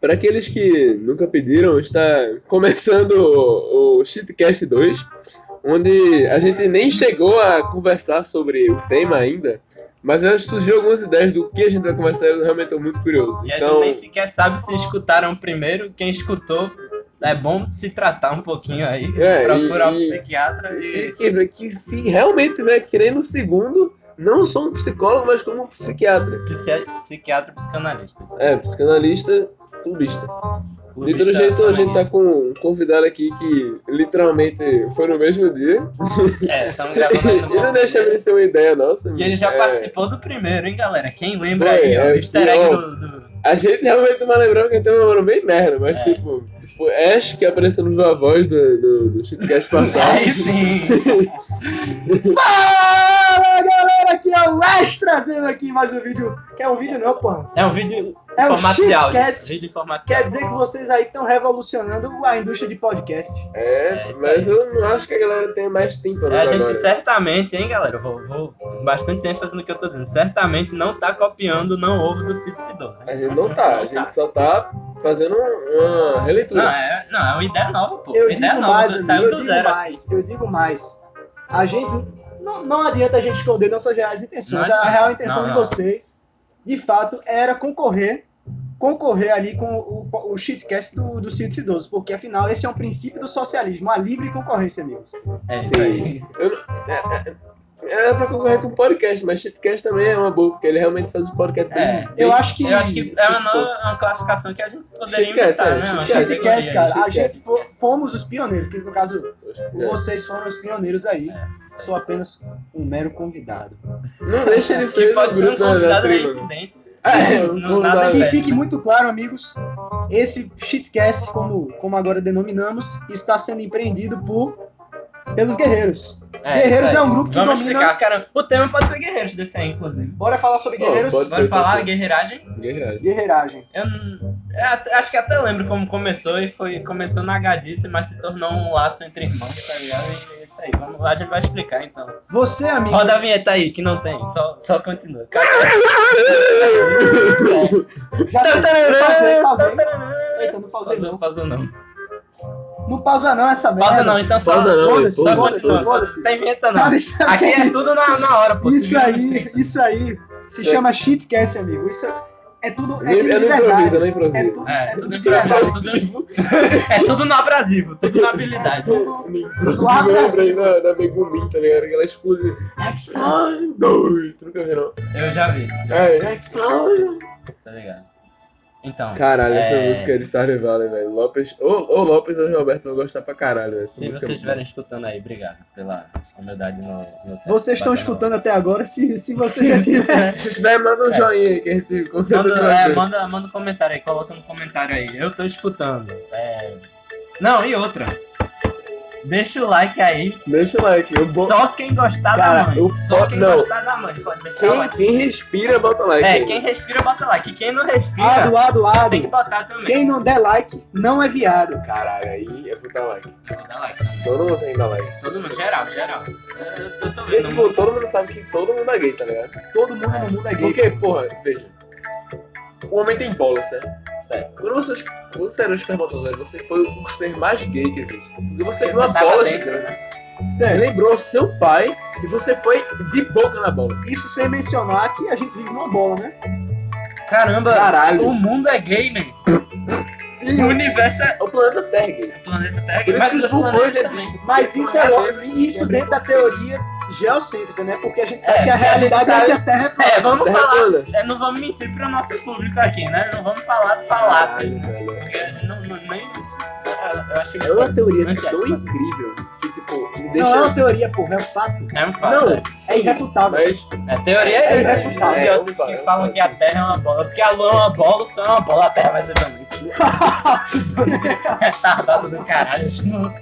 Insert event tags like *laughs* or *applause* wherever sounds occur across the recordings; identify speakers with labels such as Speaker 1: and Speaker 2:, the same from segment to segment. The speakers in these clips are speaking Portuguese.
Speaker 1: Para aqueles que nunca pediram, está começando o, o Shitcast 2, onde a gente nem chegou a conversar sobre o tema ainda, mas já surgiu algumas ideias do que a gente vai conversar e eu realmente estou muito curioso.
Speaker 2: E a gente
Speaker 1: Então,
Speaker 2: nem sequer sabe se escutaram primeiro. Quem escutou, é bom se tratar um pouquinho aí.
Speaker 1: É,
Speaker 2: procurar
Speaker 1: e-
Speaker 2: um
Speaker 1: e-
Speaker 2: psiquiatra e.
Speaker 1: Então, se, que, que se realmente tiver querendo o segundo, não sou um psicólogo, mas como um psiquiatra.
Speaker 2: psi- Psiquiatra e psicanalista. isso aí.
Speaker 1: É, psicanalista, clubista. De
Speaker 2: Clubista
Speaker 1: todo jeito, a
Speaker 2: também.
Speaker 1: gente tá com um convidado aqui que literalmente foi no mesmo dia.
Speaker 2: É,
Speaker 1: *laughs*
Speaker 2: estamos gravando aí no
Speaker 1: e não
Speaker 2: momento
Speaker 1: deixa
Speaker 2: dele.
Speaker 1: de ser uma ideia nossa.
Speaker 2: E ele já
Speaker 1: é,
Speaker 2: participou do primeiro, hein, galera? Quem lembra
Speaker 1: Foi,
Speaker 2: aí? ó,
Speaker 1: é,
Speaker 2: o easter egg
Speaker 1: pior.
Speaker 2: do. do-
Speaker 1: A gente realmente não vai lembrando que ele tem uma memória bem merda, mas
Speaker 2: É.
Speaker 1: tipo, foi Ash que apareceu no Viva Voz do, do, do
Speaker 2: *laughs* É
Speaker 1: shitcast passado.
Speaker 2: Aí sim!
Speaker 1: *laughs*
Speaker 3: Fala galera, aqui é o Lash trazendo aqui mais um vídeo. Que é um vídeo não, porra.
Speaker 2: É um vídeo em
Speaker 3: É um
Speaker 2: formato de áudio.
Speaker 3: shitcast.
Speaker 2: Vídeo em formato de
Speaker 3: Quer
Speaker 2: áudio.
Speaker 3: dizer que vocês aí estão revolucionando a indústria de podcast.
Speaker 1: É,
Speaker 2: É, isso
Speaker 1: mas
Speaker 2: aí.
Speaker 1: eu não acho que a galera tenha mais tempo
Speaker 2: É, A gente
Speaker 1: agora.
Speaker 2: certamente, hein, galera? Eu Vou, vou bastante ênfase no que eu tô dizendo. Certamente não tá copiando o não ovo do Cid Cidoso.
Speaker 1: A gente não tá, a gente só tá fazendo uma
Speaker 2: Não,
Speaker 1: releitura.
Speaker 2: é, não, é uma ideia nova, pô.
Speaker 3: Eu
Speaker 2: ideia
Speaker 3: digo
Speaker 2: nova,
Speaker 3: mais, amigo,
Speaker 2: saiu
Speaker 3: eu
Speaker 2: do
Speaker 3: digo
Speaker 2: zero. assim.
Speaker 3: mais, eu digo mais. A gente não, não adianta a gente esconder nossas reais intenções.
Speaker 2: Não
Speaker 3: a
Speaker 2: adianta.
Speaker 3: real intenção
Speaker 2: Não,
Speaker 3: de
Speaker 2: não.
Speaker 3: vocês, de fato, era concorrer, concorrer ali com o, o shitcast do, do Cid Cidoso, porque afinal esse é um princípio do socialismo, a livre concorrência, amigos.
Speaker 2: É isso aí.
Speaker 1: Sim. Eu não- é- é- Era pra concorrer com podcast, mas shitcast também é uma boa, porque ele realmente faz um podcast bem.
Speaker 2: É.
Speaker 1: bem-
Speaker 3: Eu acho que tipo,
Speaker 2: Eu acho que é uma,
Speaker 1: Shitcast.
Speaker 2: nova, uma classificação que a gente poderia
Speaker 1: Shitcast,
Speaker 2: inventar,
Speaker 1: é,
Speaker 2: né? Uma
Speaker 1: shitcast.
Speaker 2: categoria,
Speaker 3: Shitcast, cara, Ah, a
Speaker 1: Shitcast.
Speaker 3: gente fo- fomos os pioneiros, que no caso
Speaker 1: É.
Speaker 3: Vocês foram os pioneiros aí.
Speaker 2: É,
Speaker 3: Sou apenas um mero convidado.
Speaker 1: Não deixa ele
Speaker 2: Que
Speaker 1: ser do
Speaker 2: pode ser um
Speaker 1: grupo
Speaker 3: né,
Speaker 1: da, da
Speaker 2: convidado
Speaker 1: tribo.
Speaker 2: reincidente.
Speaker 1: É,
Speaker 2: Não,
Speaker 1: não
Speaker 2: nada
Speaker 1: dá.
Speaker 2: de-
Speaker 3: Que
Speaker 2: velho.
Speaker 3: fique muito claro, amigos, esse shitcast, como, como agora denominamos, está sendo empreendido por pelos guerreiros. Guerreiros
Speaker 2: isso aí.
Speaker 3: é um grupo que
Speaker 2: Vamos
Speaker 3: domina-
Speaker 2: explicar, cara. O tema pode ser Guerreiros desse aí, inclusive.
Speaker 3: Bora falar sobre
Speaker 1: Pô,
Speaker 3: guerreiros?
Speaker 1: Oh, pode-
Speaker 2: Bora
Speaker 1: ser,
Speaker 2: falar
Speaker 1: ser.
Speaker 2: guerreiragem?
Speaker 1: Guerreiragem.
Speaker 3: Guerreiragem.
Speaker 2: Eu não- é, até- acho que até lembro como começou e foi começou na gadice, mas se tornou um laço entre irmãos, tá ligado? E é isso aí, vamos lá, a gente vai explicar então.
Speaker 3: Você, amigo.
Speaker 2: Roda a vinheta aí, que não tem, só, só continua.
Speaker 3: *laughs* Já sei, eu pausei, pausei. Eita, não pausei
Speaker 2: Pausa,
Speaker 3: não.
Speaker 2: pausa não.
Speaker 3: Não pausa não essa merda.
Speaker 2: Pausa não, então só.
Speaker 1: Pausa não,
Speaker 2: foda-se,
Speaker 1: pausa,
Speaker 2: só
Speaker 1: pausa,
Speaker 2: continua.
Speaker 3: pausa.
Speaker 2: Tem vinheta não.
Speaker 3: Sabe, sabe
Speaker 2: Aqui
Speaker 3: o que
Speaker 2: é
Speaker 3: isso?
Speaker 2: tudo na, na hora, pô.
Speaker 3: Isso
Speaker 2: segura nos
Speaker 3: aí,
Speaker 2: 30.
Speaker 3: isso aí se
Speaker 1: Isso aí.
Speaker 3: chama shitcast, amigo. Isso é- é tudo é tudo
Speaker 1: Eu assim.
Speaker 3: de
Speaker 1: não improviso, eu
Speaker 3: verdade.
Speaker 1: não
Speaker 3: É
Speaker 1: improviso.
Speaker 3: tudo,
Speaker 2: É,
Speaker 3: é
Speaker 2: tudo
Speaker 3: tudo de verdade.
Speaker 2: improviso, É tudo no abrasivo, tudo na habilidade.
Speaker 1: Eu não improviso, eu
Speaker 3: Abre
Speaker 1: lembrei da, da Megumi, tá ligado? Que ela explode. Explosion 2! Tu nunca viu, não?
Speaker 2: Eu já vi,
Speaker 1: É, Explosion!
Speaker 2: tá ligado? Então,
Speaker 1: Caralho, essa
Speaker 2: É.
Speaker 1: música é de Stardew Valley, velho. Lopes. Ou ou Lopes ou Roberto vão gostar pra caralho, velho. Essa
Speaker 2: se
Speaker 1: música
Speaker 2: vocês
Speaker 1: é muito
Speaker 2: estiverem escutando aí, obrigado pela humildade no, no tempo.
Speaker 3: Vocês estão
Speaker 2: Bateu
Speaker 3: escutando até agora, se, se *laughs* vocês já
Speaker 2: *laughs* no-
Speaker 3: tiverem.
Speaker 1: boa. Se tiver, manda um
Speaker 2: É.
Speaker 1: joinha aí, que a gente com certeza
Speaker 2: Manda, é,
Speaker 1: vai ver.
Speaker 2: manda, manda um comentário aí, coloca no comentário aí. Eu tô escutando. É... Não, e outra. Deixa o like aí.
Speaker 1: Deixa o like. Eu bo...
Speaker 2: Só quem gostar
Speaker 1: Cara,
Speaker 2: da mãe.
Speaker 1: eu
Speaker 2: Só
Speaker 1: fo-
Speaker 2: quem
Speaker 1: não.
Speaker 2: gostar da mãe pode deixar o
Speaker 1: quem,
Speaker 2: like.
Speaker 1: quem respira, bota o like.
Speaker 2: É,
Speaker 1: aí.
Speaker 2: quem respira, bota like. Quem não
Speaker 1: Ah,
Speaker 2: respira,
Speaker 3: Ado, ado, ado.
Speaker 2: tem que botar também.
Speaker 3: Quem não der like, não é viado.
Speaker 1: Caralho, aí eu vou dar like.
Speaker 2: Eu vou dar like também.
Speaker 1: Todo mundo tem que dar like.
Speaker 2: Todo mundo, geral, geral. Eu, eu- eu tô
Speaker 1: Porque,
Speaker 2: vendo.
Speaker 1: tipo, todo mundo sabe que todo mundo é gay, tá ligado?
Speaker 3: Todo mundo no mundo é gay.
Speaker 1: Porque, porra, veja. O homem tem bola, certo?
Speaker 2: Certo.
Speaker 1: Quando você, você era um espermatozoide, você foi o ser mais gay que existe. Porque você
Speaker 2: Porque
Speaker 1: viu uma
Speaker 2: você tava
Speaker 1: bola
Speaker 2: dentro. né?
Speaker 1: gigante, É,
Speaker 3: Sério.
Speaker 1: lembrou seu pai e você foi de boca na bola.
Speaker 3: Isso sem mencionar que a gente vive numa bola, né?
Speaker 2: Caramba,
Speaker 1: Caralho.
Speaker 2: o mundo é gay, man.
Speaker 1: Sim,
Speaker 2: O universo é.
Speaker 1: o planeta Terra é gay.
Speaker 2: O planeta Terra é
Speaker 1: Por
Speaker 2: gay.
Speaker 1: isso
Speaker 2: mas
Speaker 1: que os
Speaker 2: outros
Speaker 1: vulcões
Speaker 2: planetas também.
Speaker 1: existem.
Speaker 3: Mas isso é óbvio, e isso dentro da teoria geocêntrica, né? Porque a gente sabe
Speaker 2: É,
Speaker 3: que a
Speaker 2: porque a gente
Speaker 3: realidade
Speaker 2: sabe-
Speaker 3: é que a Terra é plana.
Speaker 2: É, vamos
Speaker 1: Terra
Speaker 2: falar.
Speaker 1: plana.
Speaker 2: É, não vamos mentir para o nosso público aqui, né? Não vamos falar de falácias, né?
Speaker 1: Caralho, velho.
Speaker 2: Porque a gente não, não- nem. Eu acho que
Speaker 1: É uma teoria
Speaker 2: Antes
Speaker 1: tão
Speaker 2: de fazer isso.
Speaker 1: incrível que, tipo, me
Speaker 3: Não é
Speaker 1: deixa.
Speaker 3: uma teoria, porra, é um fato.
Speaker 2: é um fato.
Speaker 1: Não,
Speaker 2: é.
Speaker 3: É
Speaker 1: sim,
Speaker 3: irrefutável.
Speaker 1: mas
Speaker 2: É, a teoria é,
Speaker 3: É
Speaker 2: essa.
Speaker 3: irrefutável.
Speaker 2: Os idiotas
Speaker 1: É,
Speaker 2: que
Speaker 1: é,
Speaker 2: falam
Speaker 1: é,
Speaker 2: que a
Speaker 1: sim.
Speaker 2: Terra é uma bola, porque a Lua é uma bola, o Sol é uma bola, a Terra vai ser também. Retardado do caralho. Não,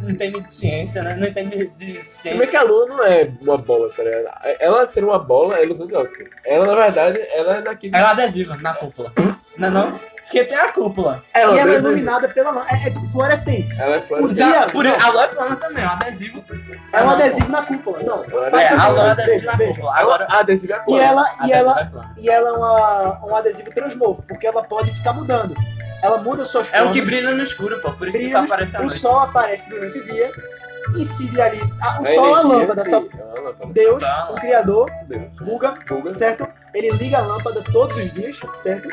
Speaker 2: não entende de ciência, né? Não entende de
Speaker 1: Se bem
Speaker 2: ciência.
Speaker 1: que a lua não é uma bola, tá ligado? Ela ser uma bola é ilusão de ótica. Ela, na verdade, ela é daquele.
Speaker 2: É um adesivo na cúpula. Não é não? Porque tem a cúpula.
Speaker 1: Ela,
Speaker 3: E ela é
Speaker 1: desenha-
Speaker 3: iluminada pela lã. É, é tipo fluorescente.
Speaker 1: ela é
Speaker 3: Os
Speaker 1: fluorescente.
Speaker 3: Dia-
Speaker 2: por, a lua é plana também, é um adesivo.
Speaker 3: É um
Speaker 2: Ah, não,
Speaker 3: adesivo na cúpula. Não.
Speaker 1: Agora
Speaker 2: É,
Speaker 1: é
Speaker 2: a lua é um
Speaker 1: fluorescente.
Speaker 2: adesivo na cúpula. Agora,
Speaker 1: Ah, adesivo é
Speaker 3: E
Speaker 1: plano.
Speaker 3: ela, e
Speaker 2: adesivo
Speaker 3: ela,
Speaker 2: é plano.
Speaker 3: e ela é uma, um adesivo transmorfo, porque ela pode ficar mudando. Ela muda suas
Speaker 2: É
Speaker 3: formas.
Speaker 2: um que brilha no escuro, pô. Por isso que
Speaker 3: brilha,
Speaker 2: só aparece a
Speaker 3: o
Speaker 2: noite.
Speaker 3: sol aparece durante o dia, incide ali. Ah, o
Speaker 1: É
Speaker 3: sol é a
Speaker 1: energia,
Speaker 3: lâmpada,
Speaker 1: sim,
Speaker 3: sabe?
Speaker 1: é uma lâmpada.
Speaker 3: Deus,
Speaker 2: Só a lâmpada.
Speaker 3: o Criador,
Speaker 1: Deus. é
Speaker 3: Buga,
Speaker 1: Buga.
Speaker 3: certo? Ele liga a lâmpada todos os dias, certo?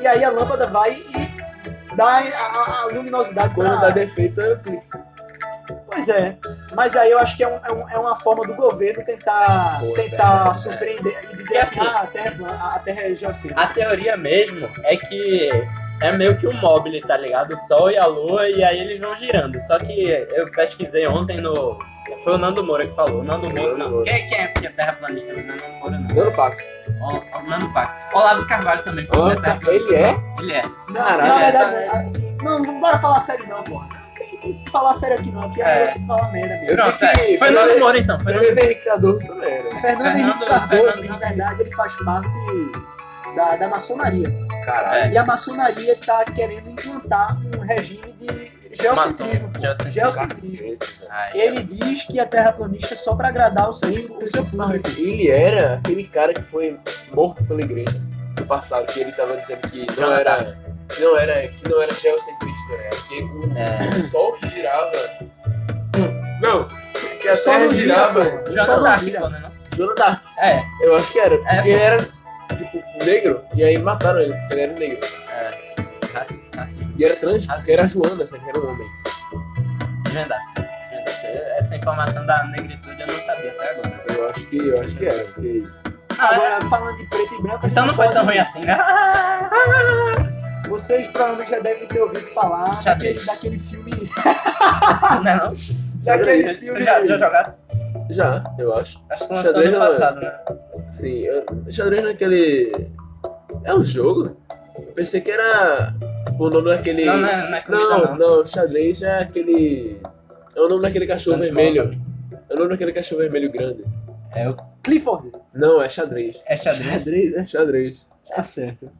Speaker 3: E aí a lâmpada vai e dá a, a- a luminosidade
Speaker 1: Quando
Speaker 3: pra-
Speaker 1: dá defeito é o eclipse.
Speaker 3: Pois é, mas aí eu acho que é, um- é um- é uma forma do governo tentar,
Speaker 1: Pô,
Speaker 3: tentar
Speaker 1: é.
Speaker 3: surpreender e dizer
Speaker 2: Porque
Speaker 3: assim,
Speaker 2: assim- Ah,
Speaker 3: ah, a Terra é plana, a Terra é geocêntrica.
Speaker 2: A teoria mesmo é que é meio que um mobile, tá ligado? O Sol e a Lua, e aí eles vão girando. Só que eu pesquisei ontem no. Foi o Nando Moura que falou. O Nando Moura,
Speaker 1: Nando
Speaker 2: não.
Speaker 1: Moura.
Speaker 2: Quem, quem é, que é terraplanista? Não é Nando Moura, não.
Speaker 1: Dando pax.
Speaker 2: O, o Nando Pax. Olavo de Carvalho também. porque
Speaker 1: Olavo
Speaker 2: ele
Speaker 1: Car-
Speaker 2: terraplanista.
Speaker 1: ele é?
Speaker 2: Ele é.
Speaker 3: Não,
Speaker 1: Caralho,
Speaker 3: na
Speaker 2: é,
Speaker 3: verdade,
Speaker 2: tá-
Speaker 3: assim, não, não bora falar sério não, porra. Tem se se falar sério aqui não, aqui
Speaker 2: É.
Speaker 3: é negócio de falar merda mesmo.
Speaker 1: Eu-
Speaker 2: Pronto,
Speaker 1: vi
Speaker 2: é.
Speaker 1: que
Speaker 2: Foi o
Speaker 1: Fernando-
Speaker 2: Nando Moura então. Foi o Nando
Speaker 1: Fernando Henrique Cardoso é também, né?
Speaker 3: Fernando
Speaker 2: Fernando-
Speaker 3: Henrique Cardoso,
Speaker 2: Fernando
Speaker 3: na verdade, ele faz parte da, da maçonaria.
Speaker 1: Caralho.
Speaker 3: E a maçonaria está querendo implantar um regime de geocentrismo.
Speaker 2: Maçom-
Speaker 3: pô.
Speaker 2: geocentrismo.
Speaker 3: Geocentrismo.
Speaker 1: Cacete, velho.
Speaker 2: Ai,
Speaker 3: Ele
Speaker 2: Deus.
Speaker 3: diz que a Terra planista é só para agradar o seu, o seu público.
Speaker 1: Ele era aquele cara que foi morto pela igreja no passado, que ele tava dizendo que não
Speaker 2: Jonathan.
Speaker 1: era. que não era. Que não era geocentrista, né? Que o,
Speaker 2: É.
Speaker 1: o sol que girava. Não! Que a
Speaker 3: O sol
Speaker 1: terra
Speaker 3: não gira,
Speaker 1: girava.
Speaker 3: pô.
Speaker 1: Jonathan-
Speaker 2: Jonathan
Speaker 3: Só
Speaker 2: Dark,
Speaker 3: vira.
Speaker 2: pô, né, não?
Speaker 1: Jonathan Dark.
Speaker 2: É.
Speaker 1: Eu acho que era,
Speaker 2: É,
Speaker 1: porque
Speaker 2: pô.
Speaker 1: era tipo negro, e aí mataram ele, porque ele era um negro.
Speaker 2: Raci- Racismo.
Speaker 1: E era trans,
Speaker 2: Ah,
Speaker 1: porque era Joana, sabe? Que era um homem.
Speaker 2: Desvendaço. Desvendaço. Eu- Essa informação da negritude eu não sabia até agora.
Speaker 1: Eu acho que, eu acho que era, porque.
Speaker 2: Ah,
Speaker 3: Agora, falando de preto e branco, a gente
Speaker 2: Então não foi
Speaker 3: pode-
Speaker 2: tão ruim assim, né?
Speaker 3: Vocês provavelmente já devem ter ouvido falar
Speaker 2: Já
Speaker 3: daquele,
Speaker 2: vi.
Speaker 3: daquele filme.
Speaker 2: Não é não?
Speaker 3: Daquele
Speaker 1: Xadrez. é
Speaker 3: filme.
Speaker 2: Tu já, já jogasse?
Speaker 1: Já, eu acho.
Speaker 2: Acho que lançou
Speaker 1: Xadrez
Speaker 2: ano
Speaker 1: não é.
Speaker 2: passado, né?
Speaker 1: Sim, eu, xadrez naquele. É um jogo? Eu pensei que era. Tipo, o nome daquele.
Speaker 2: Não, não é, não é comida,
Speaker 1: não,
Speaker 2: não.
Speaker 1: não, xadrez é aquele. É o nome daquele cachorro
Speaker 2: Tanto
Speaker 1: vermelho.
Speaker 2: bom
Speaker 1: É o nome daquele cachorro vermelho grande.
Speaker 2: pra mim. É, o-
Speaker 3: Clifford.
Speaker 1: Não, é xadrez.
Speaker 2: é xadrez.
Speaker 3: Xadrez,
Speaker 1: É
Speaker 3: é?
Speaker 1: xadrez.
Speaker 3: Tá certo.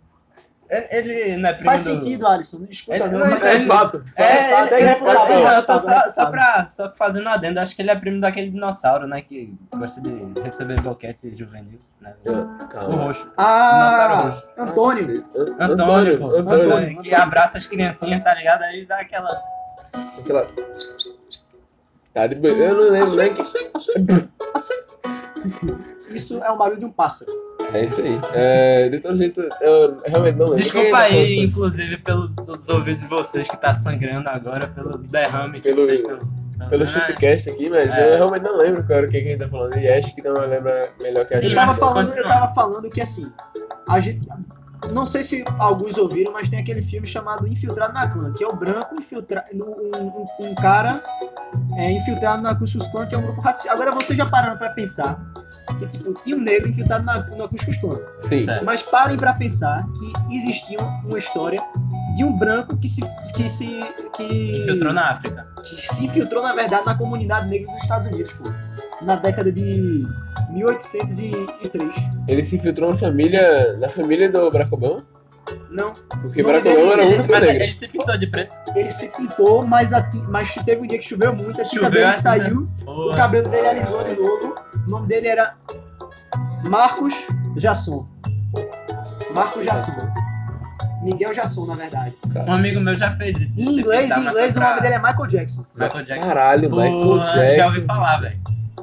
Speaker 2: Ele, ele não é primo
Speaker 3: Faz
Speaker 2: do-
Speaker 3: sentido, Alisson. Não disputa,
Speaker 2: Ele-
Speaker 3: não.
Speaker 2: não,
Speaker 3: mas-
Speaker 2: ele-
Speaker 1: É fato.
Speaker 2: É,
Speaker 3: Fato,
Speaker 2: ele,
Speaker 3: é
Speaker 2: ele-
Speaker 3: refutável,
Speaker 2: não, eu tô
Speaker 3: refutável,
Speaker 2: só, só,
Speaker 3: refutável.
Speaker 2: pra, só fazendo um adendo, acho que ele é primo daquele dinossauro, né? Que gosta de receber boquete juvenil, né?
Speaker 1: Ah,
Speaker 2: O
Speaker 1: Calma.
Speaker 2: roxo.
Speaker 3: Ah,
Speaker 2: Dinossauro
Speaker 3: Antônio.
Speaker 1: An-
Speaker 2: Antônio, pô.
Speaker 1: Antônio. Antônio.
Speaker 3: Antônio.
Speaker 2: Que abraça as criancinhas, tá ligado? Aí dá aquelas.
Speaker 1: Aquela. Tá, depois- eu não lembro nem que.
Speaker 3: Isso é o barulho de um pássaro.
Speaker 1: É isso aí. É, de todo jeito, eu realmente não lembro. Quem
Speaker 2: Desculpa
Speaker 1: tá falando
Speaker 2: aí,
Speaker 1: sobre-
Speaker 2: inclusive, pelo- pelos ouvidos de vocês que tá sangrando agora, pelo derrame que
Speaker 1: Pelo-
Speaker 2: vocês estão.
Speaker 1: tá Pelo shitcast aqui, mas
Speaker 2: É.
Speaker 1: eu realmente não lembro cara, o que, que a gente tá falando. E acho que não lembra melhor que a
Speaker 2: Sim,
Speaker 1: gente.
Speaker 3: Eu tava
Speaker 2: mas-
Speaker 3: falando, eu
Speaker 2: continua.
Speaker 3: tava falando que assim, a gente. Não sei se alguns ouviram, mas tem aquele filme chamado Infiltrado na Clã, que é o branco infiltrado. Um, um- um cara é, infiltrado na Ku Klux Klan, que é um grupo racista. Agora vocês já pararam pra pensar que, tipo, tinha um negro infiltrado na, na Ku Klux Klan.
Speaker 1: Sim.
Speaker 2: Certo.
Speaker 3: Mas parem pra pensar que existia uma história de um branco que se. que se. que.
Speaker 2: Infiltrou na África.
Speaker 3: que se infiltrou, na verdade, na comunidade negra dos Estados Unidos, pô. Na década de 1803.
Speaker 1: Ele se infiltrou na família, na família do Bracobão,
Speaker 3: Não,
Speaker 1: porque
Speaker 3: Não,
Speaker 1: Barack Obama
Speaker 3: ele-
Speaker 1: era o único
Speaker 2: Mas é
Speaker 1: negro.
Speaker 2: ele se pintou de preto.
Speaker 3: ele se pintou, mas, a ti- mas teve um dia que choveu muito, a tinta
Speaker 2: Choveu
Speaker 3: dele
Speaker 2: assim,
Speaker 3: saiu,
Speaker 2: *laughs*
Speaker 3: o
Speaker 2: Porra.
Speaker 3: cabelo dele alisou de novo. O nome dele era Marcos Jasson. Marcos Jasson. Miguel Jasson, na verdade.
Speaker 2: Um amigo meu já fez isso. de
Speaker 3: Em
Speaker 2: se
Speaker 3: inglês,
Speaker 2: pintar,
Speaker 3: em
Speaker 2: mas
Speaker 3: inglês, o
Speaker 2: foi
Speaker 3: nome
Speaker 2: pra
Speaker 3: dele é Michael Jackson. *laughs*
Speaker 2: Michael Jackson.
Speaker 1: Caralho, Michael
Speaker 2: Porra,
Speaker 1: Jackson.
Speaker 2: Já ouvi falar, velho.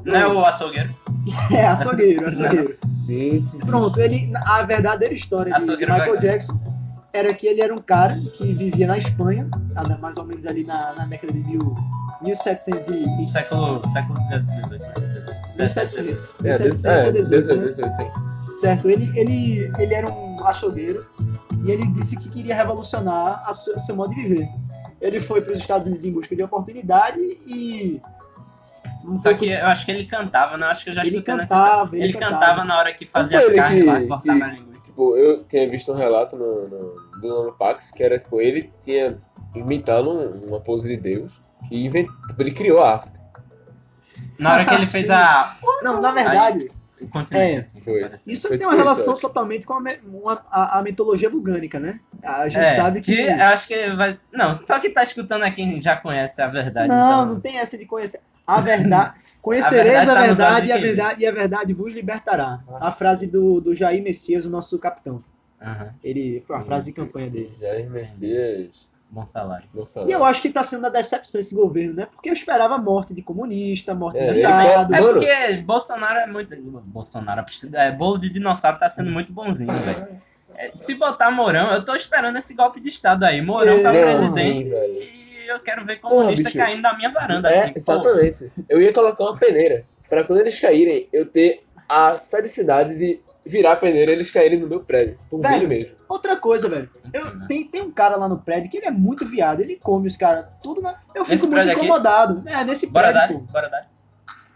Speaker 2: Não é
Speaker 3: Hum.
Speaker 2: o açougueiro?
Speaker 3: É, açougueiro,
Speaker 2: né?
Speaker 3: açougueiro.
Speaker 1: Cacete.
Speaker 3: Pronto, ele, a verdadeira história de
Speaker 2: Açougueiro
Speaker 3: Michael
Speaker 2: vegano.
Speaker 3: Jackson era que ele era um cara que vivia na Espanha, a- mais ou menos ali na, na década de mil, 1700
Speaker 2: É,
Speaker 3: e...
Speaker 2: Século, século 18, né?
Speaker 3: 1700.
Speaker 1: É,
Speaker 3: 1700
Speaker 1: desse-
Speaker 3: a
Speaker 1: é,
Speaker 3: 18, né?
Speaker 1: desse- desse- sim.
Speaker 3: Certo, ele, ele, ele era um açougueiro e ele disse que queria revolucionar a su- seu modo de viver. Ele foi para os Estados Unidos em busca de oportunidade e... um
Speaker 2: Só
Speaker 3: pouco-
Speaker 2: que eu acho que ele cantava, né? Eu Acho que eu já
Speaker 3: ele
Speaker 2: escutei nessa
Speaker 3: cantava,
Speaker 2: história.
Speaker 3: ele,
Speaker 2: Ele cantava na hora que fazia
Speaker 1: foi ele
Speaker 2: carne lá,
Speaker 1: que-
Speaker 2: cortava
Speaker 1: que-
Speaker 2: a linguiça.
Speaker 1: Tipo, eu tinha visto um relato no, no, do Nano Pax que era tipo, ele tinha imitado um- uma pose de Deus e invent... tipo, ele criou a África.
Speaker 2: Na hora que ele fez
Speaker 3: *laughs* Sim.
Speaker 2: a
Speaker 3: Não, na verdade,
Speaker 2: o continente,
Speaker 3: É,
Speaker 2: assim.
Speaker 1: foi.
Speaker 2: parece.
Speaker 3: Isso
Speaker 1: Foi
Speaker 3: tem uma
Speaker 1: tipo isso,
Speaker 3: relação
Speaker 1: acho.
Speaker 3: totalmente com a, me- uma- a- a mitologia vulcânica, né? A gente
Speaker 2: É,
Speaker 3: sabe que.
Speaker 2: que eu acho que vai. Não, só que tá escutando aqui já conhece a verdade.
Speaker 3: Não,
Speaker 2: então-
Speaker 3: não tem essa de conhecer.
Speaker 2: *laughs*
Speaker 3: A verdade. Conhecereis
Speaker 2: A verdade
Speaker 3: a
Speaker 2: tá nos olhos
Speaker 3: verdade,
Speaker 2: de
Speaker 3: e a
Speaker 2: quem vê.
Speaker 3: verdade e a verdade vos libertará.
Speaker 2: Nossa.
Speaker 3: A frase do, do Jair Messias, o nosso capitão.
Speaker 2: Aham,
Speaker 3: Ele foi uma frase de campanha dele.
Speaker 1: Jair Messias.
Speaker 2: bom salário.
Speaker 1: Nossa,
Speaker 3: E eu acho que tá sendo uma decepção esse governo, né? Porque eu esperava morte de comunista, morte
Speaker 1: É,
Speaker 3: de
Speaker 1: ele-
Speaker 3: viado.
Speaker 2: É
Speaker 1: Mano.
Speaker 2: porque Bolsonaro é muito. Bolsonaro, é, bolo de dinossauro tá sendo muito bonzinho, velho. É, Se botar Mourão, eu tô esperando esse golpe de Estado aí. Mourão pra
Speaker 3: Não,
Speaker 2: presidente.
Speaker 1: sim, velho.
Speaker 2: E eu quero ver
Speaker 1: Porra,
Speaker 2: comunista
Speaker 1: bicho.
Speaker 2: caindo da minha varanda,
Speaker 1: É,
Speaker 2: assim. pô.
Speaker 1: exatamente. Eu ia colocar uma peneira. Pra quando eles caírem, eu ter a sadicidade de virar a peneira e eles caírem no meu prédio. Por mim
Speaker 3: Velho. *laughs*
Speaker 1: mesmo.
Speaker 3: Outra coisa, velho.
Speaker 1: Uhum.
Speaker 3: Eu, tem, tem um cara lá no prédio que ele é muito viado. Ele come os caras tudo na. Eu
Speaker 2: Nesse
Speaker 3: fico muito
Speaker 2: prédio aqui?
Speaker 3: incomodado. É, nesse
Speaker 2: Bora dar,
Speaker 3: prédio, pô.
Speaker 2: bora dar.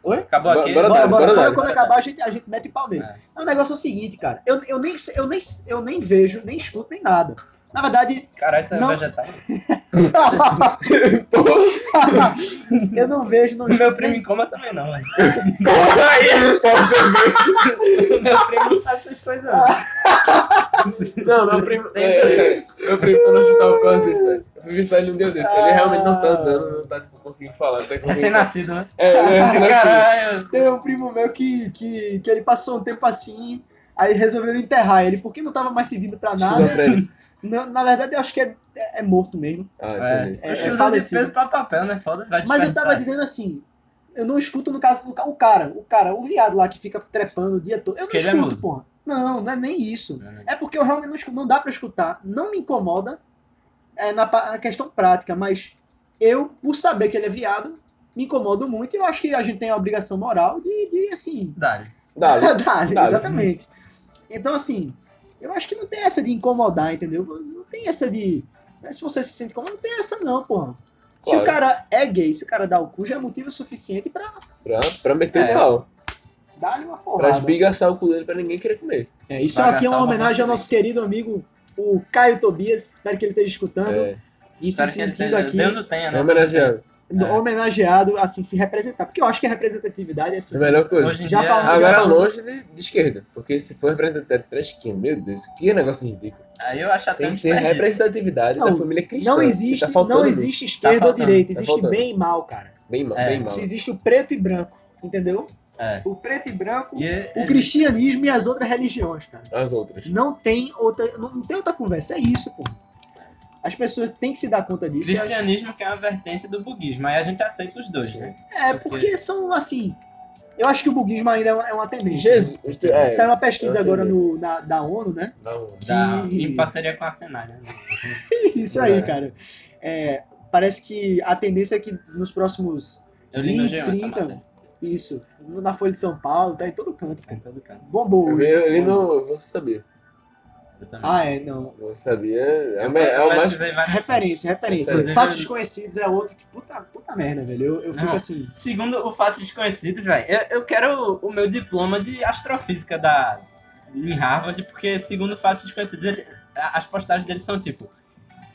Speaker 3: Oi?
Speaker 2: Acabou
Speaker 1: Bora-
Speaker 2: aqui.
Speaker 1: bora
Speaker 3: Bora,
Speaker 1: dar,
Speaker 3: bora,
Speaker 1: bora
Speaker 3: bora.
Speaker 1: lá.
Speaker 3: Quando acabar, a gente, a gente mete o pau nele.
Speaker 2: É.
Speaker 3: O negócio é o seguinte, cara. Eu, eu, nem, eu, nem, eu nem vejo, nem escuto, nem nada. Na verdade,
Speaker 2: Caralho, tu é
Speaker 3: Não.
Speaker 2: vegetal.
Speaker 3: eu não
Speaker 1: *laughs*
Speaker 3: vejo, não escuto.
Speaker 2: Meu primo
Speaker 3: nem-
Speaker 2: em coma também não, velho.
Speaker 1: Porra, aí eu não posso ver.
Speaker 2: Meu primo não faz essas coisas,
Speaker 3: Ah.
Speaker 2: não.
Speaker 1: Não, meu primo.
Speaker 2: Sem
Speaker 1: É,
Speaker 2: zoeira.
Speaker 1: sério, meu primo tá no hospital por causa disso, velho. Eu fui visitar ele não deu desse. Ele realmente não tá andando, não tá tipo, conseguindo falar. Não tá
Speaker 2: É sem
Speaker 1: conseguindo...
Speaker 2: nascido, né?
Speaker 1: É, é, sem nascido.
Speaker 2: *laughs* Caralho.
Speaker 3: Tem um primo meu que, que, que ele passou um tempo assim. Aí resolveram enterrar ele, porque não tava mais servindo pra nada.
Speaker 1: Esquizofrênico.
Speaker 3: Na, na verdade, eu acho que é, é morto mesmo.
Speaker 1: Ah,
Speaker 2: É,
Speaker 1: entendi.
Speaker 3: É,
Speaker 2: Oxe,
Speaker 3: é
Speaker 2: usa de
Speaker 3: falecido.
Speaker 2: peso pra papel, né? Foda, vai
Speaker 3: Mas eu tava
Speaker 2: desperdiçar.
Speaker 3: dizendo assim, eu não escuto no caso do ca- o cara, o cara, o viado lá que fica trepando o dia todo. Eu não
Speaker 2: Que ele é
Speaker 3: escuto,
Speaker 2: mudo.
Speaker 3: porra. Não, não é nem isso.
Speaker 2: Não, não.
Speaker 3: É porque eu realmente não escuto, não dá pra escutar, não me incomoda é, na, pa- na questão prática, mas eu, por saber que ele é viado, me incomodo muito e eu acho que a gente tem a obrigação moral de, de assim,
Speaker 2: Dá-lhe.
Speaker 1: Dá,
Speaker 3: *laughs* dar, dar,
Speaker 1: dar.
Speaker 3: exatamente. Então, assim, eu acho que não tem essa de incomodar, entendeu? Não tem essa de. né, Se você se sente incomodado, não tem essa, não, porra. Se
Speaker 1: Claro.
Speaker 3: o cara é gay, se o cara dá o cu, já é motivo suficiente pra
Speaker 1: pra, pra meter
Speaker 3: É.
Speaker 1: o pau.
Speaker 3: dar-lhe uma
Speaker 1: Pra
Speaker 3: porrada.
Speaker 1: esbigaçar o cu dele pra ninguém querer comer.
Speaker 3: É, isso
Speaker 2: Bagaçar
Speaker 3: aqui é uma
Speaker 2: uma
Speaker 3: homenagem ao
Speaker 2: porrada.
Speaker 3: nosso querido amigo, o Caio Tobias. Espero que ele esteja escutando
Speaker 1: É.
Speaker 3: e se
Speaker 2: Espero que ele
Speaker 3: sentindo
Speaker 2: tenha-
Speaker 3: aqui É,
Speaker 2: Deus o tenha, né?
Speaker 1: Homenageando.
Speaker 3: no-
Speaker 2: É.
Speaker 3: homenageado, assim, se representar. Porque eu acho que a representatividade é
Speaker 1: É
Speaker 3: assim.
Speaker 1: a melhor coisa.
Speaker 2: Hoje em
Speaker 3: Já
Speaker 2: dia, tá
Speaker 3: falamos,
Speaker 1: Agora é
Speaker 3: já
Speaker 1: longe de, de esquerda, porque se for representante pra esquerda, meu Deus, que negócio ridículo.
Speaker 2: Aí eu acho até
Speaker 1: Tem
Speaker 2: um
Speaker 1: que ser
Speaker 2: desperdício.
Speaker 1: representatividade
Speaker 3: Não,
Speaker 1: da família cristã.
Speaker 3: Não
Speaker 1: que
Speaker 3: existe,
Speaker 1: tá faltando
Speaker 3: não existe esquerda ou
Speaker 2: faltando,
Speaker 3: direita,
Speaker 1: tá
Speaker 3: existe
Speaker 1: faltando.
Speaker 3: bem e mal, cara.
Speaker 1: Bem mal,
Speaker 2: É.
Speaker 1: bem mal.
Speaker 3: Se existe o preto e branco, entendeu?
Speaker 2: É.
Speaker 3: O preto e branco,
Speaker 2: E é-
Speaker 3: o cristianismo e as outras religiões, cara.
Speaker 1: As outras.
Speaker 3: Não tem outra, não, não tem outra conversa, é isso, pô. As pessoas têm que se dar conta disso. e as-
Speaker 2: Cristianismo que é uma vertente do budismo, aí a gente aceita os dois, né?
Speaker 3: É, porque são assim. Eu acho que o buguismo ainda é uma, é uma tendência.
Speaker 1: Jesus. É,
Speaker 3: Saiu uma pesquisa
Speaker 1: é uma
Speaker 3: agora
Speaker 1: tendência.
Speaker 3: no, na- da ONU, né?
Speaker 1: não.
Speaker 2: Da-
Speaker 3: Que-
Speaker 2: Em parceria com a Senai, né?
Speaker 3: Isso aí,
Speaker 1: É.
Speaker 3: cara. É, parece que a tendência é que nos próximos.
Speaker 2: Eu li no
Speaker 3: 20,
Speaker 2: G1 essa
Speaker 3: 30.
Speaker 2: matéria.
Speaker 3: Isso, na Folha de São Paulo, tá em todo canto.
Speaker 2: Em todo canto.
Speaker 3: Bombou.
Speaker 1: Eu
Speaker 3: hoje.
Speaker 1: vi ali no. Você sabia.
Speaker 2: Eu também.
Speaker 3: Ah, é, não.
Speaker 1: Você sabia. É, o me- é o mais.
Speaker 2: pesquisei várias-
Speaker 3: Referência, referência.
Speaker 1: Inclusive,
Speaker 3: Fatos
Speaker 2: eu-
Speaker 3: desconhecidos é outro que. Puta, puta merda, velho. Eu, eu fico
Speaker 1: Ah.
Speaker 2: Não.
Speaker 3: assim.
Speaker 2: Segundo o fato desconhecido, velho, eu, eu quero o, o meu diploma de astrofísica da, em Harvard, porque segundo fatos desconhecidos, ele- a- as postagens dele são tipo: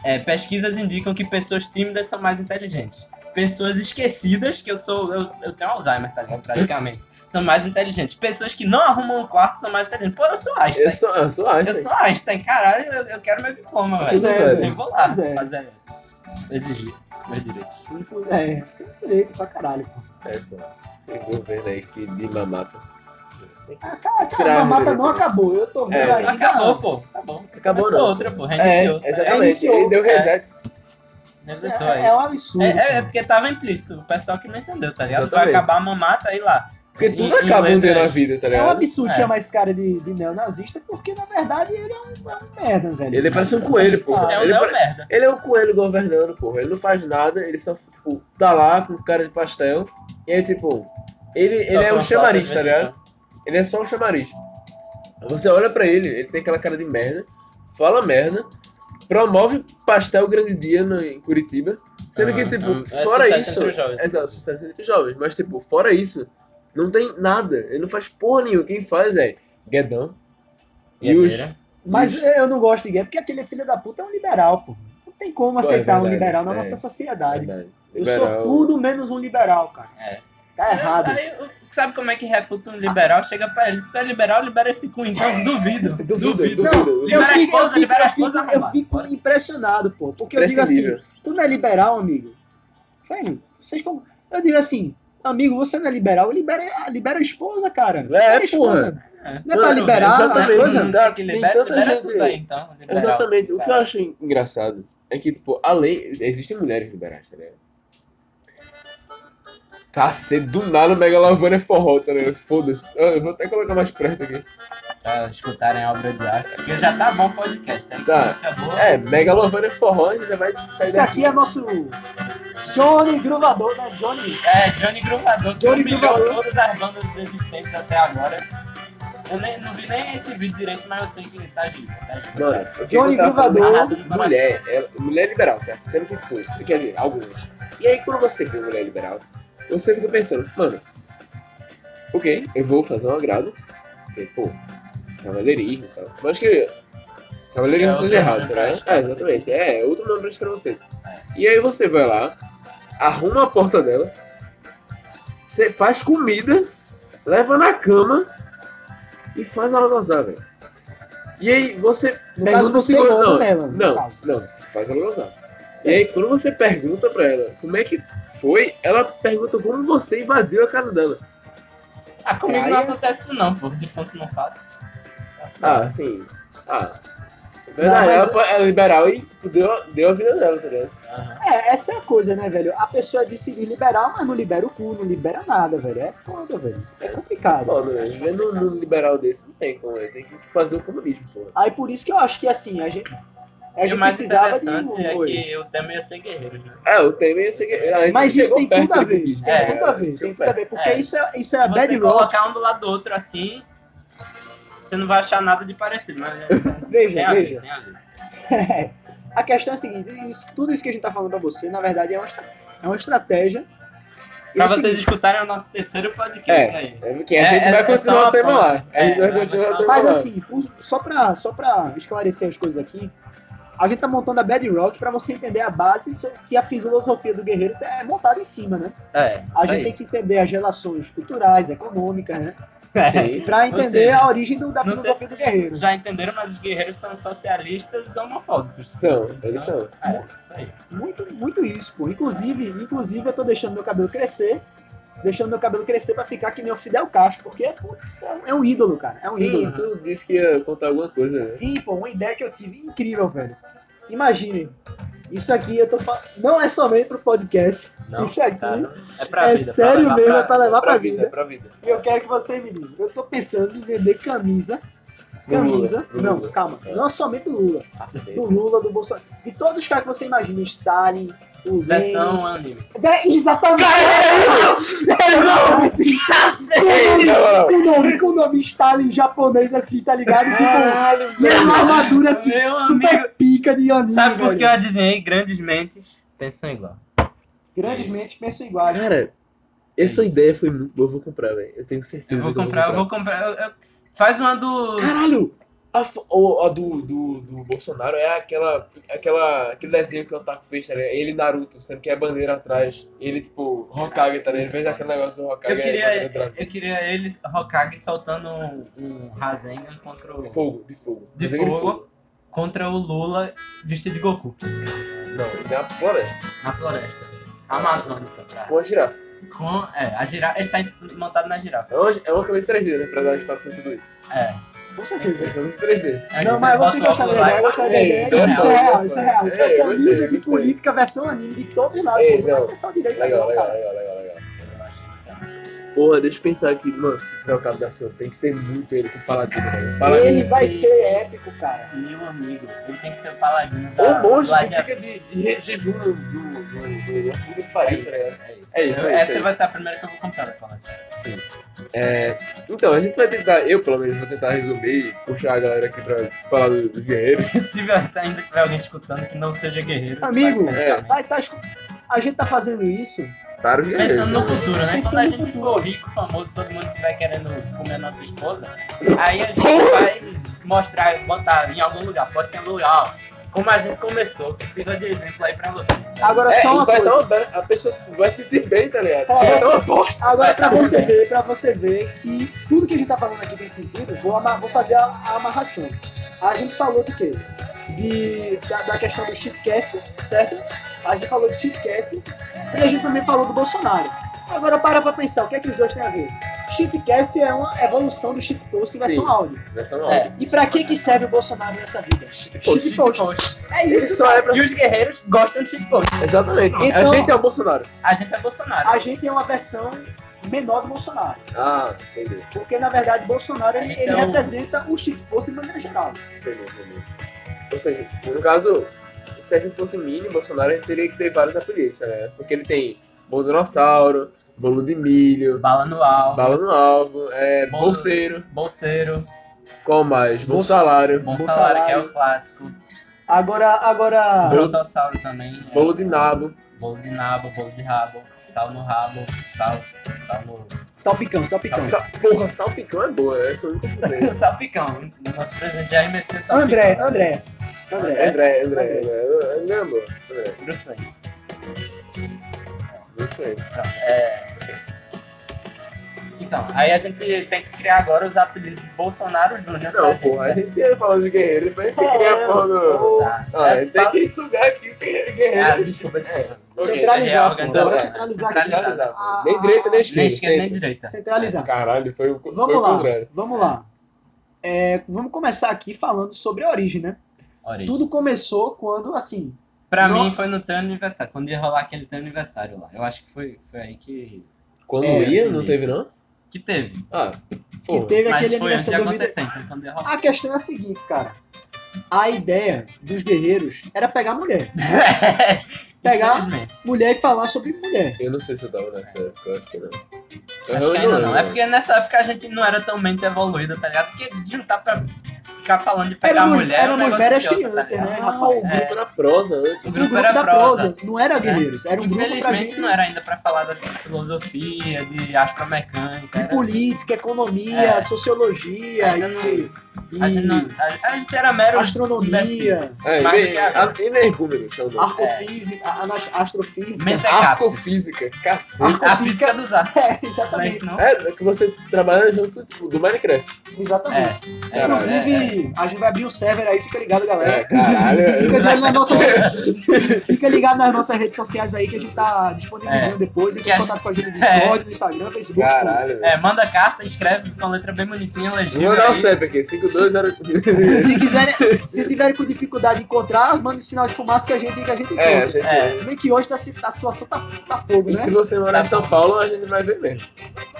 Speaker 2: é, pesquisas indicam que pessoas tímidas são mais inteligentes. Pessoas esquecidas, que eu sou. Eu, eu tenho Alzheimer, tá ligado? Praticamente. São mais inteligentes. Pessoas que não arrumam um quarto são mais inteligentes. Pô, eu sou Einstein.
Speaker 1: Eu sou, eu sou
Speaker 2: Eu
Speaker 1: Einstein.
Speaker 2: sou Einstein, caralho, eu, eu quero meu diploma,
Speaker 1: Sim,
Speaker 2: velho.
Speaker 1: velho.
Speaker 2: Eu vou lá
Speaker 3: Pois é.
Speaker 2: fazer, exigir meus direitos.
Speaker 3: inclu- É, tem direito pra caralho, pô.
Speaker 1: É, pô. Esse governo aí que de mamata.
Speaker 3: Ah, cara,
Speaker 1: Tirar
Speaker 3: cara,
Speaker 1: a
Speaker 3: a mamata
Speaker 1: direita.
Speaker 3: não acabou. Eu tô vendo
Speaker 1: É,
Speaker 3: ainda.
Speaker 2: Acabou, pô. Acabou.
Speaker 1: Acabou,
Speaker 2: Começou né?
Speaker 1: não.
Speaker 2: outra, pô.
Speaker 1: É,
Speaker 2: Reiniciou.
Speaker 1: exatamente.
Speaker 3: Reiniciou.
Speaker 1: Ele deu reset. tá
Speaker 2: Resetou aí.
Speaker 3: É, é um absurdo.
Speaker 2: É,
Speaker 3: pô.
Speaker 2: é, é porque tava implícito. O pessoal que não entendeu, tá ligado?
Speaker 1: Exatamente.
Speaker 2: Vai acabar a mamata aí lá.
Speaker 1: Porque tudo
Speaker 2: Em- em
Speaker 1: acaba um dia
Speaker 2: letras.
Speaker 1: na vida, tá
Speaker 3: É um
Speaker 1: ligado?
Speaker 3: absurdo
Speaker 2: É.
Speaker 3: chamar esse cara de, de neonazista, porque na verdade ele é um, é um merda, velho.
Speaker 1: Ele parece um coelho, pô.
Speaker 3: Ah,
Speaker 2: É um
Speaker 1: Ele
Speaker 2: Léo
Speaker 1: pare-
Speaker 2: merda.
Speaker 1: Ele é um coelho governando, porra. Ele não faz nada, ele só, tipo, tá lá com cara de pastel. E aí, tipo, ele, ele é um chamariz, tá ligado? Ele é só um chamariz. Você olha pra ele, ele tem aquela cara de merda, fala merda, promove pastel grande dia no, em Curitiba. Sendo
Speaker 2: Ah,
Speaker 1: que, tipo,
Speaker 2: então, é
Speaker 1: fora
Speaker 2: sucesso
Speaker 1: isso.
Speaker 2: entre os jovens.
Speaker 1: Exato, sucesso entre os jovens. Mas, tipo, fora isso, não tem nada. Ele não faz porra nenhuma. Quem faz é Guedão. E os.
Speaker 3: Mas
Speaker 1: e os-
Speaker 3: eu não gosto de gay, porque aquele filho da puta é um liberal, pô. Não tem
Speaker 1: Pô, é
Speaker 3: como aceitar um
Speaker 1: verdade,
Speaker 3: liberal na
Speaker 1: é.
Speaker 3: nossa sociedade.
Speaker 1: Verdade.
Speaker 3: Eu
Speaker 1: Liberal.
Speaker 3: sou tudo menos um liberal, cara.
Speaker 2: É.
Speaker 3: Tá errado.
Speaker 2: Aí, o- sabe como é que refuta um liberal? Chega pra ele, se tu é liberal, libera esse cu,
Speaker 1: *laughs*
Speaker 2: então duvido.
Speaker 1: Duvido, duvido.
Speaker 3: Não,
Speaker 1: duvido.
Speaker 2: Libera
Speaker 3: eu
Speaker 2: a
Speaker 3: fico, eu
Speaker 2: esposa,
Speaker 3: fico,
Speaker 2: libera a
Speaker 3: eu fico,
Speaker 2: esposa,
Speaker 3: eu
Speaker 2: arrombado.
Speaker 3: fico
Speaker 2: Bora.
Speaker 3: impressionado, pô. Porque eu digo assim,
Speaker 1: Imprescindível.
Speaker 3: tu não é liberal, amigo? Velho, vocês como... Eu digo assim, amigo, você não é liberal, libera, libera a esposa, cara. Libera a esposa.
Speaker 2: É.
Speaker 3: Não é pra
Speaker 1: É, Mano,
Speaker 3: liberar
Speaker 1: exatamente.
Speaker 3: a coisa?
Speaker 1: Não,
Speaker 2: Tem que
Speaker 1: tem
Speaker 2: liberar,
Speaker 1: tanta
Speaker 2: libera
Speaker 1: gente-
Speaker 2: tudo aí, Tá. então. liberal.
Speaker 1: Exatamente. O que eu
Speaker 2: Liberal.
Speaker 1: acho engraçado é que, tipo, além. Existem mulheres liberais, tá ligado? Cacete, do nada o Megalovania é forró, tá ligado? Foda-se. Eu eu vou até colocar mais perto aqui.
Speaker 2: Pra escutarem a obra de arte. Porque já tá bom o podcast, tá?
Speaker 1: Tá.
Speaker 2: Música boa.
Speaker 1: É, Megalovania é forró, a gente já vai sair
Speaker 3: Esse
Speaker 1: daqui.
Speaker 3: aqui é nosso Johnny Gruvador, né? Johnny...
Speaker 2: É, Johnny Gruvador, que
Speaker 3: Johnny
Speaker 2: humilhou
Speaker 3: Gruvador.
Speaker 2: todas as bandas existentes até agora. Eu nem, não vi nem esse vídeo direito, mas eu sei que ele tá vivo, tá vivo.
Speaker 1: Mano, eu
Speaker 3: Johnny
Speaker 1: tava falando-
Speaker 3: Gruvador.
Speaker 2: Arrasa no coração.
Speaker 1: Mulher, ela- mulher liberal, certo? Sendo que, tipo, quer dizer, algumas. E aí, quando você vê mulher liberal, você fica pensando, mano, ok, eu vou fazer um agrado, porque, pô, cavalheirismo e tal. Mas que cavalheirismo
Speaker 2: É
Speaker 1: não seja
Speaker 2: outro
Speaker 1: errado,
Speaker 2: nome
Speaker 1: tá
Speaker 2: pra né?
Speaker 1: ligado? É,
Speaker 2: escravocência.
Speaker 1: exatamente, é, é outro nome pra escravocência. E aí você vai lá, arruma a porta dela, você faz comida, leva na cama e faz ela gozar, velho. E aí você
Speaker 3: No caso,
Speaker 1: pergunta
Speaker 3: você
Speaker 1: se go-
Speaker 3: goza
Speaker 1: um não,
Speaker 3: nela, no
Speaker 1: Não,
Speaker 3: caso.
Speaker 1: não, você faz ela gozar. E
Speaker 3: Certo.
Speaker 1: aí quando você pergunta pra ela como é que foi, ela pergunta como você invadiu a casa dela.
Speaker 2: Ah, comigo
Speaker 3: Aí
Speaker 2: não
Speaker 3: é-
Speaker 2: acontece isso não, pô. Defunto não fala. Tá certo.
Speaker 1: Ah, sim. Ah. é Verdade,
Speaker 3: Não, mas-
Speaker 1: ela po- é liberal e tipo, deu, deu a vida dela, tá ligado?
Speaker 2: Aham.
Speaker 3: É, essa é a coisa, né, velho? A pessoa é de se liberal, mas não libera o cu, não libera nada, velho. É foda, velho. É complicado.
Speaker 1: Foda, velho. Vendo um mundo liberal desse, não tem como, né? tem que fazer o comunismo, pô.
Speaker 3: Aí por isso que eu acho que assim, a gente,
Speaker 2: E
Speaker 3: a
Speaker 2: o
Speaker 3: gente
Speaker 2: É mais
Speaker 3: precisava de um
Speaker 2: interessante é
Speaker 3: Oi.
Speaker 2: que o tema ia ser guerreiro, né?
Speaker 1: É, o Temer ia ser. a gente
Speaker 3: Mas isso
Speaker 1: chegou
Speaker 3: tem
Speaker 1: perto
Speaker 3: tudo a
Speaker 1: do
Speaker 3: ver, tem
Speaker 1: comunismo,
Speaker 3: tudo
Speaker 1: né?
Speaker 3: a ver,
Speaker 1: Chegou
Speaker 3: tem tudo a
Speaker 1: perto.
Speaker 3: ver, porque
Speaker 2: É,
Speaker 3: isso é, isso
Speaker 2: Se
Speaker 3: é bad
Speaker 2: você
Speaker 3: rock.
Speaker 2: colocar um do lado do outro assim, você não vai achar nada de parecido, mas... é,
Speaker 3: *laughs* Veja,
Speaker 2: tem a ver,
Speaker 3: veja.
Speaker 2: tem a ver.
Speaker 3: A questão é a seguinte, isso- tudo isso que a gente tá falando pra você, na verdade, é uma, estra- é uma estratégia. E é
Speaker 2: Pra
Speaker 3: o seguinte,
Speaker 2: vocês escutarem o nosso terceiro podcast aí.
Speaker 1: É, porque a gente
Speaker 2: É, é-
Speaker 1: vai
Speaker 2: é só
Speaker 1: continuar
Speaker 2: uma
Speaker 1: o tema
Speaker 2: pausa.
Speaker 1: lá. A gente
Speaker 2: É,
Speaker 1: vai
Speaker 2: vai
Speaker 1: continuar o
Speaker 2: continuar.
Speaker 1: tema
Speaker 3: Mas
Speaker 1: lá.
Speaker 3: assim, por- só pra, só pra esclarecer as coisas aqui, a gente tá montando a Bad Rock pra você entender a base so- que a filosofia do guerreiro é montada em cima, né?
Speaker 2: É,
Speaker 3: A
Speaker 2: isso
Speaker 3: gente
Speaker 2: aí.
Speaker 3: tem que entender as relações culturais, econômicas, né?
Speaker 1: Sim.
Speaker 3: Pra
Speaker 2: Ou
Speaker 3: entender
Speaker 2: seja,
Speaker 3: a origem do- da
Speaker 2: não sei
Speaker 3: filosofia do guerreiro.
Speaker 2: Já entenderam, mas os guerreiros são socialistas homofóbicos.
Speaker 1: São,
Speaker 2: Então,
Speaker 1: eles são.
Speaker 2: É, isso aí.
Speaker 3: Muito, muito isso, pô. Inclusive, inclusive eu tô deixando meu cabelo crescer, deixando meu cabelo crescer pra ficar que nem o Fidel Castro, porque pô, é um- é um ídolo, cara. É um
Speaker 1: Sim,
Speaker 3: ídolo.
Speaker 1: tu disse que ia contar alguma coisa, né?
Speaker 3: Sim, pô, uma ideia que eu tive incrível, velho. Imaginem, isso aqui eu tô fa- não é somente pro podcast.
Speaker 2: Não,
Speaker 3: isso aqui
Speaker 2: tá, não. é pra
Speaker 3: é
Speaker 2: vida, pra
Speaker 3: sério
Speaker 2: levar
Speaker 3: mesmo,
Speaker 2: pra-
Speaker 3: é pra levar pra, vida.
Speaker 1: pra vida.
Speaker 3: E eu quero que você me diga. Eu tô pensando em vender camisa.
Speaker 1: Do
Speaker 3: Camisa.
Speaker 1: Lula, do
Speaker 3: não,
Speaker 1: Lula.
Speaker 3: calma. Não somente do Lula.
Speaker 1: Cacete.
Speaker 3: Do Lula, do Bolsonaro. De todos os caras que você imagina. Stalin, o Lenin.
Speaker 2: Versão anime.
Speaker 3: Ve- Exatamente.
Speaker 1: Ei,
Speaker 3: Exatamente.
Speaker 1: não,
Speaker 3: Com o nome, com o nome Stalin japonês assim, tá ligado? Tipo,
Speaker 1: Caralho,
Speaker 3: e ele na armadura assim,
Speaker 2: Meu
Speaker 3: super pica de anime,
Speaker 2: Sabe por
Speaker 3: velho.
Speaker 2: que eu adivinhei? Grandes mentes pensam igual.
Speaker 3: Grandes
Speaker 1: Isso.
Speaker 3: mentes pensam iguais.
Speaker 1: Cara, essa
Speaker 2: Isso.
Speaker 1: ideia foi muito boa. Eu vou comprar, velho. Eu tenho certeza
Speaker 2: Eu vou
Speaker 1: que
Speaker 2: comprar, eu vou comprar. eu- eu- Faz uma do.
Speaker 1: Caralho! A, fo- o- a do, do, do Bolsonaro é aquela, aquela, aquele desenho que o Otaku fez, tá ligado? Ele e Naruto, sendo que é bandeira atrás. Ele, tipo, Hokage, tá ligado? Ele fez aquele negócio do Hokage.
Speaker 2: Eu
Speaker 1: é bandeira
Speaker 2: queria,
Speaker 1: atrás.
Speaker 2: eu queria ele, Hokage, soltando um, um Rasengan contra o,
Speaker 1: De fogo, de fogo.
Speaker 2: de
Speaker 1: Desenho
Speaker 2: fogo. contra o Lula vestido de Goku
Speaker 1: Não, na floresta.
Speaker 2: na floresta amazônica. pra-
Speaker 1: Com a girafa.
Speaker 2: Com, é, a girafa, ele tá em- montado na girafa.
Speaker 1: É uma, é uma camisa 3D, né? Pra dar espaço pra tudo isso.
Speaker 2: É.
Speaker 3: Com
Speaker 1: É
Speaker 3: certeza.
Speaker 1: uma camisa 3D.
Speaker 2: Aí
Speaker 3: Não, mas
Speaker 2: bota
Speaker 3: você
Speaker 2: o
Speaker 3: gostar da
Speaker 2: óculos lá
Speaker 3: ideia,
Speaker 2: e-
Speaker 3: eu gostar da
Speaker 1: Ei,
Speaker 3: ideia.
Speaker 1: então
Speaker 3: Isso, isso é
Speaker 1: tá,
Speaker 3: real,
Speaker 1: então
Speaker 3: isso é
Speaker 1: tá.
Speaker 3: real.
Speaker 1: Ei, eu
Speaker 3: É, camisa
Speaker 1: gostei,
Speaker 3: de
Speaker 1: gostei.
Speaker 3: política, versão anime de todo lado.
Speaker 1: Ei,
Speaker 3: pô, não
Speaker 1: não.
Speaker 3: é versão direita,
Speaker 1: Legal,
Speaker 3: não,
Speaker 1: legal,
Speaker 3: cara.
Speaker 1: legal, legal, legal.
Speaker 2: Eu acho que tá.
Speaker 1: Porra, deixa eu pensar aqui, mano, se tiver o cabo da Silva, tem que ter muito ele com o Paladino, velho.
Speaker 3: Ele
Speaker 1: Paladino.
Speaker 3: vai
Speaker 2: sim.
Speaker 3: ser épico, cara.
Speaker 2: Meu amigo, ele tem que ser o paladino da
Speaker 1: Ou monge que
Speaker 2: gladiador.
Speaker 1: fica de, de jejum no. no. no. no. puta que
Speaker 2: É
Speaker 1: pariu,
Speaker 2: isso,
Speaker 1: tá ligado?
Speaker 2: é isso.
Speaker 1: É isso, é
Speaker 2: Eu-
Speaker 1: isso,
Speaker 2: Essa
Speaker 1: é
Speaker 2: vai
Speaker 1: isso.
Speaker 2: ser a primeira que eu vou comprar da palestra.
Speaker 1: Sim. É, então, a gente vai tentar, eu pelo menos vou tentar resumir e puxar a galera aqui pra falar do- dos guerreiros.
Speaker 2: *laughs* Se ainda tiver alguém escutando que não seja guerreiro,
Speaker 3: Amigo,
Speaker 2: vai-
Speaker 1: é.
Speaker 3: Tá, tá escu- a gente tá fazendo isso.
Speaker 1: Para os guerreiros.
Speaker 2: Pensando no
Speaker 1: né?
Speaker 2: futuro, né?
Speaker 3: Pensando
Speaker 2: Quando a
Speaker 3: no
Speaker 2: gente
Speaker 3: futuro.
Speaker 2: for rico, famoso, todo mundo estiver querendo comer nossa esposa, aí a gente vai mostrar, botar em algum lugar, pode ter em algum lugar, ó. como a gente começou, que sirva de exemplo aí pra vocês.
Speaker 3: Agora
Speaker 1: É,
Speaker 3: só
Speaker 1: e
Speaker 3: uma
Speaker 1: vai
Speaker 3: coisa.
Speaker 1: dar uma be- a pessoa tipo, vai se sentir bem, tá ligado?
Speaker 3: Pra
Speaker 1: É
Speaker 3: você-
Speaker 1: uma bosta.
Speaker 3: Agora,
Speaker 2: É.
Speaker 3: pra você ver, pra você ver que tudo que a gente tá falando aqui tem sentido, vou, amar- vou fazer a, a amarração. A gente falou de quê? De, da, da questão do shitcast, certo? A gente falou de shitcast e a gente também falou do Bolsonaro. Agora para pra pensar, o que é que os dois têm a ver? Shitcast é uma evolução do shitpost em versão
Speaker 1: Sim.
Speaker 3: áudio.
Speaker 1: Versão
Speaker 2: É.
Speaker 1: áudio.
Speaker 3: E pra que que serve o Bolsonaro nessa vida?
Speaker 2: Pô,
Speaker 3: Shitpost.
Speaker 2: shitpost. É
Speaker 1: Ele
Speaker 2: isso.
Speaker 1: só é pra...
Speaker 2: E os guerreiros gostam de shitpost.
Speaker 1: Exatamente. a
Speaker 3: Então-
Speaker 1: gente é o Bolsonaro.
Speaker 2: A gente é Bolsonaro.
Speaker 3: A gente é uma versão menor do Bolsonaro.
Speaker 1: Ah, entendi.
Speaker 3: Porque, na verdade, Bolsonaro ele,
Speaker 2: A gente
Speaker 3: ele
Speaker 2: é o-
Speaker 3: representa o shitpost de maneira geral.
Speaker 1: Entendi, entendi. Ou seja, tipo, no caso, se a gente fosse mini Bolsonaro, a gente teria que ter vários apelidos, tá ligado? Porque ele tem bolo dinossauro, bolo de milho,
Speaker 2: Bala no alvo,
Speaker 1: bala no alvo, é,
Speaker 2: Bolo-
Speaker 1: bolseiro,
Speaker 2: bolseiro,
Speaker 1: qual mais? Bom
Speaker 3: Bolso-
Speaker 1: salário,
Speaker 2: bom
Speaker 3: Bom
Speaker 2: salário, que é
Speaker 3: salário.
Speaker 2: o clássico.
Speaker 3: Agora, agora.
Speaker 1: Bolo-
Speaker 2: Protossauro também. é.
Speaker 1: bolo de nabo,
Speaker 2: Bolo de nabo, bolo de rabo, sal no rabo, sal, sal no... *laughs*
Speaker 3: Salpicão, salpicão.
Speaker 1: Sa porra, salpicão é boa, né? Sou nunca fudei.
Speaker 2: salpicão. O nosso presidente Jair Messias salpicão.
Speaker 3: André, André.
Speaker 1: André,
Speaker 3: André.
Speaker 1: André, André, André é boa. André,
Speaker 2: Bruce Wayne.
Speaker 1: isso aí.
Speaker 2: Pronto, é... ok. Então, aí a gente tem que criar agora os apelidos de Bolsonaro Júnior pra
Speaker 1: Não, é
Speaker 2: gente,
Speaker 1: porra, a
Speaker 2: certo?
Speaker 1: gente ia falar de guerreiro, depois a gente
Speaker 3: É,
Speaker 1: cria a porra do...
Speaker 3: pô,
Speaker 2: Tá.
Speaker 1: Ah,
Speaker 2: É,
Speaker 1: tem
Speaker 2: tá-
Speaker 1: que sugar aqui o guerreiro.
Speaker 2: Ah,
Speaker 1: guerreiro.
Speaker 2: desculpa, desculpa.
Speaker 1: Ok,
Speaker 3: Centralizar, pô.
Speaker 2: reorganizar.
Speaker 3: Agora
Speaker 1: Centralizar.
Speaker 3: centralizar.
Speaker 2: Centralizar.
Speaker 3: aqui.
Speaker 1: Centralizar,
Speaker 3: Ah,
Speaker 1: pô. Nem direita, nem É, esquerda.
Speaker 2: Nem esquerda, nem
Speaker 1: centro.
Speaker 2: direita.
Speaker 3: Centralizar.
Speaker 1: Caralho, foi o foi
Speaker 3: Vamos
Speaker 1: o
Speaker 3: lá,
Speaker 1: contrário.
Speaker 3: vamos lá. É, vamos começar aqui falando sobre a origem, né?
Speaker 2: Origem.
Speaker 3: Tudo começou quando, assim,
Speaker 2: Pra
Speaker 3: Não.
Speaker 2: mim foi no teu aniversário, quando ia rolar aquele teu aniversário lá. Eu acho que foi, foi aí que,
Speaker 1: Quando
Speaker 3: É,
Speaker 1: ia,
Speaker 2: assim,
Speaker 1: não
Speaker 2: isso.
Speaker 1: teve, não?
Speaker 2: que teve.
Speaker 1: Ah,
Speaker 3: que
Speaker 1: porra.
Speaker 3: teve
Speaker 2: Mas
Speaker 3: aquele
Speaker 2: foi antes de
Speaker 3: aniversário do
Speaker 2: acontecer, então quando ia rolar.
Speaker 3: A questão é a seguinte, cara. A ideia dos guerreiros era
Speaker 2: *laughs*
Speaker 3: pegar mulher. Pegar
Speaker 2: Infelizmente.
Speaker 3: mulher e falar sobre mulher.
Speaker 1: Eu não sei se eu tava nessa época, eu acho que não. Eu
Speaker 2: Acho que
Speaker 1: realmente
Speaker 2: ainda não.
Speaker 1: lembro.
Speaker 2: É porque nessa época a gente não era tão mente evoluída, tá ligado? Porque se juntar pra ficar falando de pegar
Speaker 3: Éramos-
Speaker 2: mulher. é um
Speaker 3: éramos
Speaker 2: negócio
Speaker 3: meras
Speaker 2: idiota,
Speaker 3: crianças,
Speaker 2: tá ligado?
Speaker 3: né?
Speaker 1: Ah, o
Speaker 2: É.
Speaker 1: grupo na prosa antes.
Speaker 3: O
Speaker 2: grupo
Speaker 3: grupo,
Speaker 2: era
Speaker 3: da
Speaker 2: prosa. É.
Speaker 3: prosa, não era guerreiros, era um grupo pra
Speaker 2: Infelizmente
Speaker 3: gente
Speaker 2: não era ainda pra falar da filosofia, de astromecânica.
Speaker 3: de
Speaker 2: era-
Speaker 3: É política, economia,
Speaker 2: É.
Speaker 3: sociologia
Speaker 2: Ainda
Speaker 3: e,
Speaker 2: A gente, não,
Speaker 3: e
Speaker 2: a, a gente era mero. imbecil.
Speaker 3: astronomia,
Speaker 1: É,
Speaker 2: Mas
Speaker 1: vem,
Speaker 2: que agora-
Speaker 1: a- energúmeno, chama o nome.
Speaker 3: arcofísica, ana- astrofísica.
Speaker 2: Mente- é
Speaker 1: Arcofísica, cacete.
Speaker 2: A física dos ar.
Speaker 3: *laughs* É,
Speaker 2: Não é
Speaker 3: exatamente.
Speaker 2: isso, não?
Speaker 1: É, que você trabalha junto tipo, do Minecraft.
Speaker 3: Exatamente.
Speaker 2: É, é,
Speaker 3: Inclusive,
Speaker 2: é, é.
Speaker 3: a gente vai abrir um server aí, fica ligado, galera.
Speaker 1: É, caralho. *laughs*
Speaker 3: Fica, de olho nas
Speaker 2: Nossa,
Speaker 3: nossas... Fica ligado nas nossas redes sociais aí que a gente tá disponibilizando depois.
Speaker 2: É. Que
Speaker 3: Entra
Speaker 2: a
Speaker 3: em contato com a gente no Discord, no Instagram, Facebook.
Speaker 1: Caralho, velho.
Speaker 2: É, manda carta, escreve com letra bem bonitinha,
Speaker 1: Vou um
Speaker 2: legível.
Speaker 1: mandar o
Speaker 2: aí.
Speaker 1: CEP aqui, 520.
Speaker 3: tudo. Se quiserem, se tiverem com dificuldade de encontrar, manda um sinal de fumaça que a gente, que a gente encontra.
Speaker 1: É, a gente.
Speaker 2: É.
Speaker 3: Se bem que hoje tá, si- a situação tá, tá fogo,
Speaker 1: E
Speaker 3: né?
Speaker 1: se você morar
Speaker 2: Tá
Speaker 1: em São Paulo, a gente vai ver mesmo.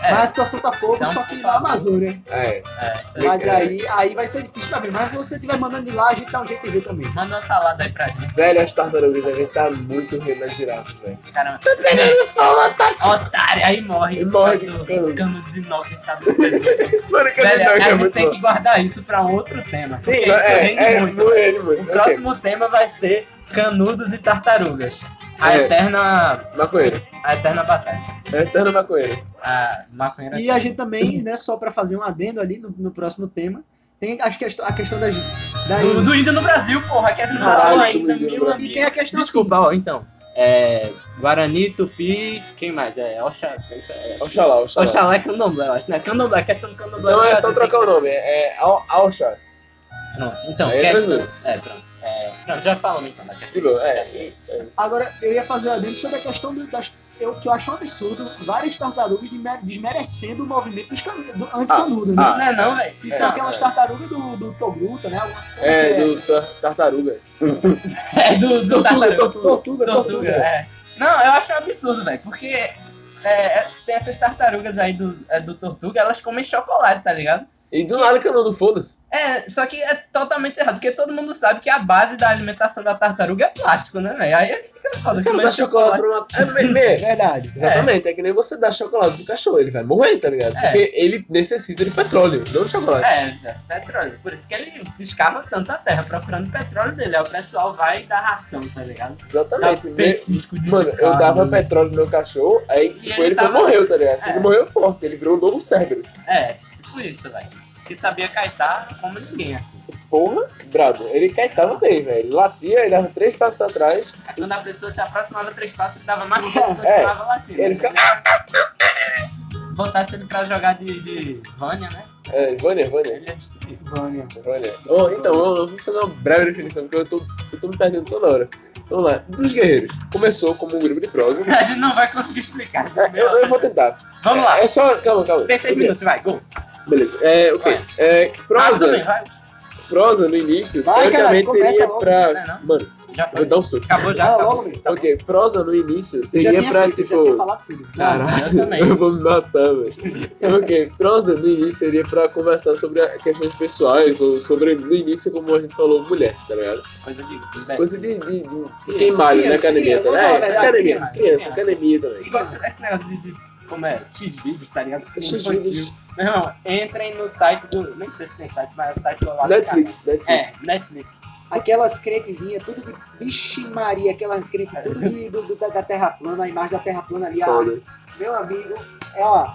Speaker 2: É.
Speaker 3: Mas a situação tá fogo,
Speaker 2: Então,
Speaker 3: só que
Speaker 2: tá
Speaker 3: na
Speaker 2: bom.
Speaker 3: Amazônia.
Speaker 1: É.
Speaker 2: É, isso aí.
Speaker 3: Mas
Speaker 1: É.
Speaker 3: aí, aí vai ser difícil pra ver. Mas se você estiver mandando de lá, a gente dá um jeito de ver também.
Speaker 2: Manda uma salada aí pra gente.
Speaker 1: Velho, as tartarugas devem estar muito rindo nas girafas, velho.
Speaker 2: Caramba.
Speaker 1: Pegando sol, tá
Speaker 2: é um Otário, aí morre.
Speaker 1: E morre de
Speaker 2: do
Speaker 1: cano.
Speaker 2: cano de inox enfiado
Speaker 1: *laughs*
Speaker 2: no pescoço.
Speaker 1: Mano, que
Speaker 2: Velho,
Speaker 1: é
Speaker 2: a gente
Speaker 1: muito
Speaker 2: tem
Speaker 1: bom.
Speaker 2: que guardar isso pra outro tema.
Speaker 1: Sim,
Speaker 2: porque isso rende
Speaker 1: é, é,
Speaker 2: muito.
Speaker 1: não é, mano.
Speaker 2: O próximo tema vai ser canudos e tartarugas. A
Speaker 1: É.
Speaker 2: eterna.
Speaker 1: Ok, Maconheiro.
Speaker 2: A eterna batalha.
Speaker 1: É eterno maconheiro.
Speaker 2: A
Speaker 1: É.
Speaker 2: maconheira.
Speaker 3: E a gente também, né, só pra fazer um adendo ali no, no próximo tema, tem as quest a questão das. das-
Speaker 2: Do, do Indo no Brasil, porra, que é a gente não
Speaker 3: Caralho,
Speaker 2: falou
Speaker 1: do
Speaker 2: ainda,
Speaker 1: Indo no
Speaker 2: meu
Speaker 1: Brasil.
Speaker 3: e
Speaker 2: amigo.
Speaker 3: tem a questão
Speaker 2: Desculpa, ó, então. É. Guarani, Tupi, quem mais? É, Oxa. isso é-
Speaker 1: Oxalá, oxalá.
Speaker 2: Oxalá é candomblé, eu acho, né? Candomblé, a questão do candomblé.
Speaker 1: Então
Speaker 2: no
Speaker 1: é
Speaker 2: Brasil
Speaker 1: só
Speaker 2: tem
Speaker 1: trocar o nome, é Al- Alcha.
Speaker 2: Pronto, então,
Speaker 1: Aí é
Speaker 2: questão.
Speaker 1: tranquilo.
Speaker 2: É, pronto. É, pronto, já falamos então da questão.
Speaker 1: Possível, é.
Speaker 2: É, isso.
Speaker 1: é.
Speaker 3: assim. Agora, eu ia fazer um adendo sobre a questão do- das. Eu, que eu acho um absurdo, várias tartarugas desme- desmerecendo o movimento dos can, do anticanudo, né?
Speaker 1: Ah,
Speaker 2: Não é não, velho.
Speaker 3: que são
Speaker 1: é,
Speaker 3: aquelas
Speaker 1: é.
Speaker 3: tartarugas do, do Togruta, né? Alguma coisa
Speaker 1: É,
Speaker 3: que
Speaker 1: do tar- tartaruga.
Speaker 2: É do, do
Speaker 3: Tortuga,
Speaker 2: tartaruga.
Speaker 3: tortuga, tortuga.
Speaker 2: Tortuga, é. Não, eu acho um absurdo, velho, porque é, é, tem essas tartarugas aí do, é, do Tortuga, elas comem chocolate, tá ligado?
Speaker 1: E do nada canudo, foda-se.
Speaker 2: É, só que é totalmente errado, porque todo mundo sabe que a base da alimentação da tartaruga é plástico, né, velho? Aí fica foda,
Speaker 1: O cara
Speaker 2: comendo
Speaker 1: dá chocolate pra uma. É, me-
Speaker 3: É
Speaker 1: me-
Speaker 3: verdade.
Speaker 1: Exatamente, é. que nem você dá chocolate pro cachorro, ele vai morrer, tá ligado?
Speaker 2: É.
Speaker 1: Porque ele necessita de petróleo, não de chocolate.
Speaker 2: É, velho, petróleo. Por isso que ele escava tanto a terra, procurando petróleo dele. Aí o pessoal vai dar ração, tá ligado? Dá um
Speaker 1: Exatamente. Me-
Speaker 2: petisco de
Speaker 1: Mano, eu
Speaker 2: carne.
Speaker 1: dava petróleo no meu cachorro, aí tipo,
Speaker 2: ele
Speaker 1: ele foi
Speaker 2: tava-
Speaker 1: morreu, tá ligado? Assim,
Speaker 2: É.
Speaker 1: Ele morreu forte, ele virou um novo Cerberus.
Speaker 2: É, tipo isso, velho. que sabia caetar como ninguém, assim.
Speaker 1: Porra, brabo. Ele caetava bem, velho. Ele latia, ele dava três passos pra trás.
Speaker 2: Aí quando a pessoa se aproximava três passos, ele dava mais tempo e continuava latindo.
Speaker 1: É, Ele fica.
Speaker 2: Se botasse ele pra jogar de, de Vânia, né?
Speaker 1: É, Vânia, Vânia.
Speaker 2: Ele ia destruir.
Speaker 3: Vânia.
Speaker 1: Vânia. Ô, então, eu eu vou fazer uma breve definição, porque eu tô, eu tô me perdendo toda hora. Vamos lá. Dos Guerreiros. Começou como um grupo de
Speaker 2: *laughs*
Speaker 1: prosa.
Speaker 2: A gente não vai conseguir explicar.
Speaker 1: É, eu, eu vou tentar.
Speaker 2: Vamos lá.
Speaker 1: É só. Calma, calma.
Speaker 2: Tem seis
Speaker 1: Ok,
Speaker 2: minutos, vai, gol.
Speaker 1: Beleza. É, ok.
Speaker 2: Vai.
Speaker 1: É,
Speaker 2: Ah, também,
Speaker 1: prosa,
Speaker 2: vai.
Speaker 1: prosa no início,
Speaker 3: Vai,
Speaker 1: teoricamente
Speaker 3: caralho, começa
Speaker 1: seria
Speaker 3: logo.
Speaker 1: pra.
Speaker 2: Não é não?
Speaker 1: Mano,
Speaker 2: Já
Speaker 1: eu vou
Speaker 2: foi.
Speaker 1: dar um soco.
Speaker 2: Acabou já.
Speaker 3: Não,
Speaker 2: acabou.
Speaker 3: logo, meu.
Speaker 2: Acabou.
Speaker 1: Ok, prosa no início
Speaker 3: Eu já
Speaker 1: seria
Speaker 3: tinha
Speaker 1: pra,
Speaker 3: feito, eu já tinha
Speaker 1: tipo.
Speaker 3: falado tudo.
Speaker 2: Não, eu também.
Speaker 1: eu vou me matar, velho. ok, prosa no início seria pra conversar sobre a- questões pessoais, ou sobre, no início, como a gente falou, mulher, tá ligado?
Speaker 2: Coisa de liberta.
Speaker 1: Coisa de, de, de quem malha na academia,
Speaker 3: criança,
Speaker 1: tá
Speaker 3: criança,
Speaker 1: ligado?
Speaker 3: vamos
Speaker 1: É,
Speaker 3: falar a verdade,
Speaker 1: academia,
Speaker 2: criança,
Speaker 1: criança,
Speaker 2: criança.
Speaker 1: academia também.
Speaker 2: Igual Esse negócio de, de como é, X-Vídeos, tá ligado?
Speaker 1: X-Vídeos.
Speaker 2: Infantil. Meu irmão, entrem no site do. Nem sei se tem site, mas é o site do lado.
Speaker 1: Netflix,
Speaker 2: É,
Speaker 1: Netflix.
Speaker 2: Netflix.
Speaker 3: Aquelas crentezinhas, tudo de vixe Maria, aquelas crentes tudo de, do- do- da, da terra plana, a imagem da terra plana ali, a-
Speaker 1: Foda.
Speaker 3: meu amigo, é ó,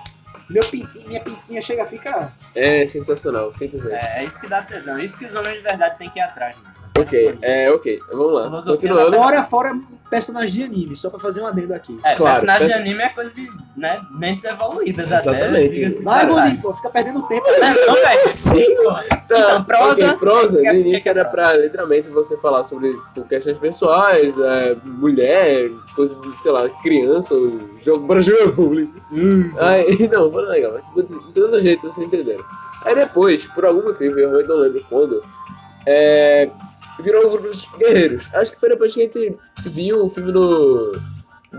Speaker 3: meu pintinho, minha pintinha chega, fica,
Speaker 1: É sensacional, simplesmente.
Speaker 2: É, é isso que dá tesão, é isso que os homens de verdade têm que ir atrás, mano.
Speaker 1: Ok, é, ok, vamos lá.
Speaker 2: Filosofia
Speaker 1: Continuando.
Speaker 2: da-
Speaker 3: fora, fora personagem de anime, só pra fazer um adendo aqui.
Speaker 2: É,
Speaker 1: Claro,
Speaker 2: personagem
Speaker 1: peço-
Speaker 2: de anime é coisa de né, mentes evoluídas até.
Speaker 1: Exatamente.
Speaker 2: diga-se de
Speaker 3: Vai,
Speaker 2: passagem.
Speaker 3: Boninho, pô, fica perdendo tempo.
Speaker 2: É, Não,
Speaker 1: *laughs*
Speaker 2: velho. Sim, Então, prosa-
Speaker 1: Tá, ok, prosa,
Speaker 2: que é-
Speaker 1: no
Speaker 2: que
Speaker 1: início
Speaker 2: é
Speaker 1: era pra literalmente você falar sobre tipo, questões pessoais, é, mulher, coisa de, sei lá, criança, ou jogo *laughs* brasileiro. bullying.
Speaker 2: Hum,
Speaker 1: Aí, *laughs* não, foi legal, mas tipo, de todo jeito vocês entenderam. Aí depois, por algum motivo, eu realmente não lembro quando, é, virou o grupo dos guerreiros. Acho que foi depois que a gente viu o filme do.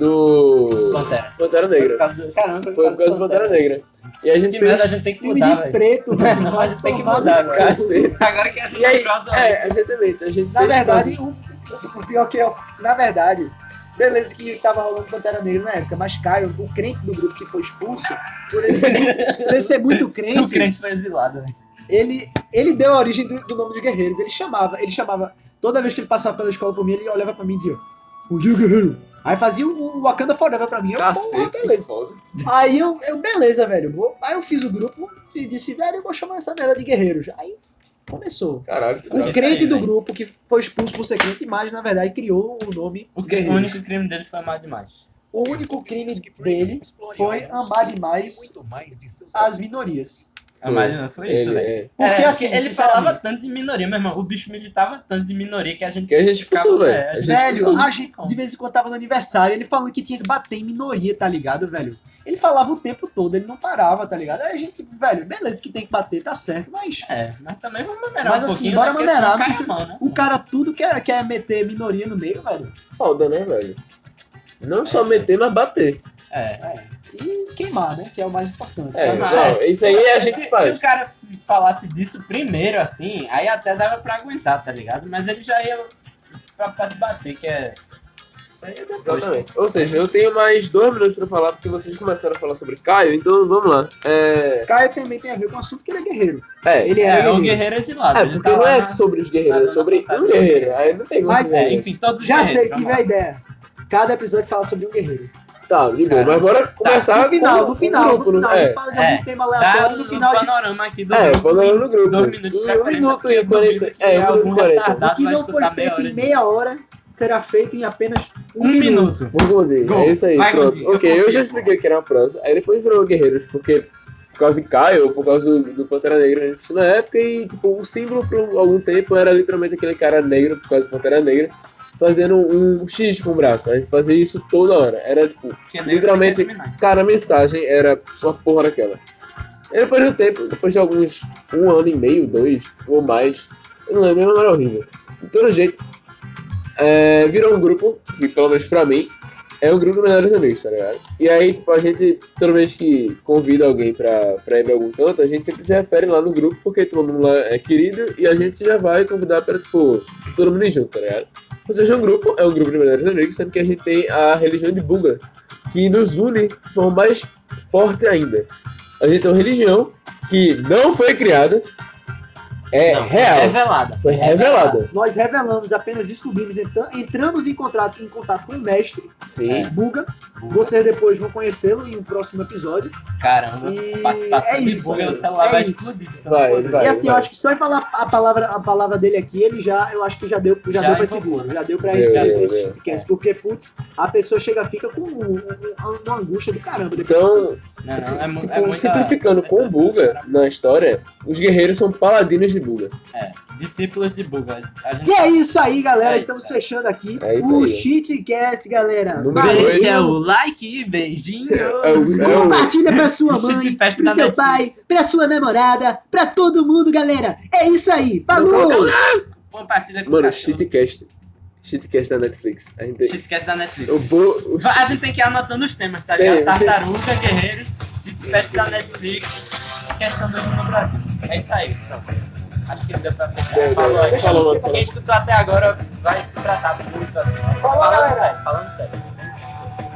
Speaker 1: do.
Speaker 2: Pantera.
Speaker 1: Pantera
Speaker 2: Foi por
Speaker 1: Negra.
Speaker 2: causa do- Caramba,
Speaker 1: Foi por causa do Pantera Negra. E a gente
Speaker 2: Que merda, a
Speaker 1: fez.
Speaker 2: gente tem que
Speaker 3: Filme
Speaker 2: mudar,
Speaker 3: de
Speaker 2: velho. *laughs*
Speaker 3: preto, velho.
Speaker 2: Não, a gente tem que
Speaker 3: Tomar no
Speaker 2: mudar,
Speaker 3: cu.
Speaker 2: *laughs*
Speaker 1: Cacete.
Speaker 2: Agora que assim, a
Speaker 1: E
Speaker 2: gente
Speaker 1: aí,
Speaker 2: prosa-
Speaker 1: é, exatamente, a gente
Speaker 2: tá
Speaker 3: Na
Speaker 1: fez
Speaker 3: verdade,
Speaker 2: assim.
Speaker 3: o, o pior que é, na verdade, beleza que tava rolando Pantera Negra na época, mas Caio, o crente do grupo que foi expulso, por
Speaker 2: *laughs*
Speaker 3: ele ser, mu- por ele ser muito crente,
Speaker 2: O crente foi exilado, velho.
Speaker 3: Ele, ele deu a origem do, do nome dos guerreiros. Ele chamava, ele chamava, toda vez que ele passava pela escola por mim, ele olhava pra mim e dizia, o dia guerreiro. Aí fazia o, o Wakanda Forever pra mim. Eu, porra,
Speaker 1: Cacete, que
Speaker 3: beleza.
Speaker 1: foda.
Speaker 3: Aí eu, eu, beleza, velho. Vou- Aí eu fiz o grupo e disse, velho, eu vou chamar essa merda de guerreiros. Aí começou.
Speaker 1: Caralho, que
Speaker 3: O
Speaker 2: isso
Speaker 1: brabo.
Speaker 3: crente
Speaker 2: aí,
Speaker 3: do
Speaker 2: velho.
Speaker 3: grupo que foi expulso por ser crente, mas na verdade criou o nome
Speaker 1: é
Speaker 2: O, cri- o
Speaker 3: Guerreiros.
Speaker 2: único crime dele foi amar demais.
Speaker 3: O único crime dele foi amar demais as minorias.
Speaker 2: Amar demais, foi isso,
Speaker 1: Ele,
Speaker 2: velho.
Speaker 1: é.
Speaker 3: Porque, assim,
Speaker 2: ele
Speaker 3: sinceramente-
Speaker 2: falava tanto de minoria, meu irmão. O bicho militava tanto de minoria que a gente.
Speaker 1: Que a gente
Speaker 2: ficava,
Speaker 1: expulsou,
Speaker 2: né,
Speaker 1: velho.
Speaker 2: a
Speaker 1: A
Speaker 2: gente-
Speaker 1: gente
Speaker 3: Velho,
Speaker 1: expulsou.
Speaker 3: a gente de vez em quando tava no aniversário, ele falando que tinha que bater em minoria, tá ligado, velho? Ele falava o tempo todo, ele não parava, tá ligado? Aí a gente, velho, beleza que tem que bater, tá certo, mas
Speaker 2: É, mas também vamos maneirar
Speaker 3: Mas,
Speaker 2: um
Speaker 3: assim,
Speaker 2: pouquinho.
Speaker 3: bora
Speaker 2: né, porque senão
Speaker 3: maneirar, não
Speaker 2: cai a
Speaker 3: precisa-
Speaker 2: mão, né?
Speaker 3: o cara tudo quer, quer meter minoria no meio, velho.
Speaker 1: Foda, né, velho? Não só meter, mas bater.
Speaker 2: É.
Speaker 3: É. E queimar, né? Que é o mais importante.
Speaker 1: É,
Speaker 3: Mas-
Speaker 2: é.
Speaker 1: não, isso aí a gente
Speaker 2: se, se
Speaker 1: faz.
Speaker 2: o cara falasse disso primeiro, assim, aí até dava pra aguentar, tá ligado? Mas ele já ia pra, pra te bater, que é. Isso aí é depois.
Speaker 1: Exatamente. Ou seja, eu tenho mais dois minutos pra falar, porque vocês começaram a falar sobre Caio, então vamos lá. É.
Speaker 3: Caio também tem a ver com o assunto que ele é guerreiro.
Speaker 1: É,
Speaker 3: Ele
Speaker 2: É,
Speaker 3: era
Speaker 2: é um
Speaker 3: guerreiro.
Speaker 2: guerreiro exilado.
Speaker 1: é
Speaker 2: ele
Speaker 1: porque
Speaker 2: tá
Speaker 1: não
Speaker 2: lá
Speaker 1: é
Speaker 3: né?
Speaker 2: na-
Speaker 1: sobre os guerreiros, é
Speaker 2: na
Speaker 1: sobre
Speaker 2: zona
Speaker 1: um guerreiro. Aí não tem muito
Speaker 3: tá
Speaker 1: assim.
Speaker 3: Mas-
Speaker 2: É,
Speaker 1: guerreiro.
Speaker 2: enfim, todos os
Speaker 3: Já
Speaker 2: guerreiros,
Speaker 3: sei,
Speaker 2: vamos
Speaker 3: tive
Speaker 2: lá.
Speaker 3: a ideia. Cada episódio fala sobre um guerreiro.
Speaker 1: Tá, de boa,
Speaker 2: Cara,
Speaker 1: mas bora começar
Speaker 3: No final,
Speaker 1: com-
Speaker 3: no final,
Speaker 1: com
Speaker 3: no
Speaker 1: o grupo,
Speaker 3: final, a
Speaker 1: né?
Speaker 3: gente fala de algum
Speaker 2: É.
Speaker 3: tema
Speaker 2: Dá
Speaker 3: aleatório,
Speaker 2: o
Speaker 3: no final a gente
Speaker 2: panorama aqui do
Speaker 1: É,
Speaker 2: grupo
Speaker 1: falando no grupo.
Speaker 2: dois minutos pra
Speaker 1: Em um
Speaker 2: 40,
Speaker 1: minuto e
Speaker 2: eu duvido
Speaker 1: 40.
Speaker 2: que
Speaker 1: É, um
Speaker 2: algum
Speaker 1: minuto e 40.
Speaker 2: retardado
Speaker 3: O que
Speaker 2: vai
Speaker 3: não foi
Speaker 2: escutar meia
Speaker 3: feito
Speaker 2: hora
Speaker 3: em meia
Speaker 2: disso.
Speaker 3: hora será feito em apenas um,
Speaker 2: Um
Speaker 3: minuto.
Speaker 2: minuto.
Speaker 1: Vou Gondim,
Speaker 2: Gol.
Speaker 1: é isso aí,
Speaker 2: Vai,
Speaker 1: pronto.
Speaker 2: Gondim, eu
Speaker 1: ok, eu,
Speaker 2: confio,
Speaker 1: já expliquei que era uma prosa, aí depois virou Guerreiros, porque por causa de Caio, ou por causa do, do Pantera Negra não existia na época, e tipo, o símbolo por algum tempo era literalmente aquele cara negro, por causa do Pantera Negra, fazendo um, um X com o braço, a gente fazia isso toda hora, era tipo,
Speaker 2: Porque nem
Speaker 1: literalmente,
Speaker 2: vai terminar.
Speaker 1: cara, a mensagem era uma porra daquela. E depois do tempo, depois de alguns um ano e meio, dois, ou mais, eu não lembro, mas era horrível. De todo jeito, é, virou um grupo, que pelo menos pra mim, é um grupo de melhores amigos, tá ligado? E aí, tipo, a gente, toda vez que convida alguém pra, pra ir pra algum canto, a gente sempre se refere lá no grupo, porque todo mundo lá é querido, e a gente já vai convidar pra, tipo, todo mundo ir junto, tá ligado? Ou seja, um grupo é um grupo de melhores amigos, sendo que a gente tem a religião de Buga, que nos une de forma mais forte ainda. A gente é uma religião que não foi criada É
Speaker 2: Não,
Speaker 1: real.
Speaker 2: Revelada.
Speaker 1: Foi revelada.
Speaker 3: Nós revelamos, apenas descobrimos, então, entramos em contato, em contato com o mestre,
Speaker 1: Sim.
Speaker 3: Buga. Vocês depois vão conhecê-lo em um próximo episódio.
Speaker 2: Caramba,
Speaker 3: E
Speaker 2: participação
Speaker 3: é
Speaker 2: de
Speaker 3: isso,
Speaker 2: Google,
Speaker 3: velho.
Speaker 2: o celular
Speaker 3: É
Speaker 2: vai
Speaker 3: isso.
Speaker 2: explodir. Então,
Speaker 1: Vai,
Speaker 2: foda-se.
Speaker 1: vai.
Speaker 3: e assim, eu acho que só em falar a palavra, a palavra dele aqui, ele já, eu acho que já deu, já
Speaker 2: Já né?
Speaker 3: deu pra esse
Speaker 2: empolgou,
Speaker 3: bolo, já deu pra
Speaker 1: Deu,
Speaker 3: esse,
Speaker 1: deu,
Speaker 3: esse
Speaker 1: deu.
Speaker 3: shitcast, porque, putz, a pessoa chega, fica com um- um- um- uma angústia do caramba. Depois
Speaker 1: Então,
Speaker 2: Não,
Speaker 1: assim,
Speaker 2: não, é, mu-
Speaker 1: tipo,
Speaker 2: é muita-
Speaker 1: simplificando com o
Speaker 2: essa-
Speaker 1: Buga na história, os guerreiros são paladinos de Buga.
Speaker 2: É, discípulos de Buga. A gente
Speaker 3: E é isso aí, galera.
Speaker 2: É isso,
Speaker 3: Estamos
Speaker 2: é.
Speaker 3: fechando aqui
Speaker 1: É isso
Speaker 3: o
Speaker 1: aí.
Speaker 3: Cheatcast, galera.
Speaker 1: Número
Speaker 3: Valeu.
Speaker 1: dois.
Speaker 2: Deixa é o like, beijinhos.
Speaker 1: É o- é o-
Speaker 3: Compartilha pra sua mãe,
Speaker 2: Cheat
Speaker 3: pro
Speaker 2: Fest da
Speaker 3: seu
Speaker 2: Netflix.
Speaker 3: pai, pra sua namorada, pra todo mundo, galera. É isso aí. Falou!
Speaker 2: Compartilha com o
Speaker 1: Mano,
Speaker 2: cachorro.
Speaker 1: shitcast. Shitcast da Netflix. A gente tem.
Speaker 2: Shitcast da Netflix.
Speaker 1: Eu vou.
Speaker 2: Va- A gente tem que ir anotando os temas, tá
Speaker 1: Tem,
Speaker 2: ligado? Tartaruga, Guerreiros, City Fest da Netflix, questão do no Brasil. É isso aí, pronto. Acho que deu pra
Speaker 1: Deu,
Speaker 2: fechar.
Speaker 1: deu.
Speaker 2: Falou aí,
Speaker 1: Deixa eu
Speaker 2: falou.
Speaker 1: ver se
Speaker 2: Quem escutou até agora vai se tratar muito assim.
Speaker 3: Falou,
Speaker 2: Falando
Speaker 3: galera.
Speaker 2: sério, falando sério.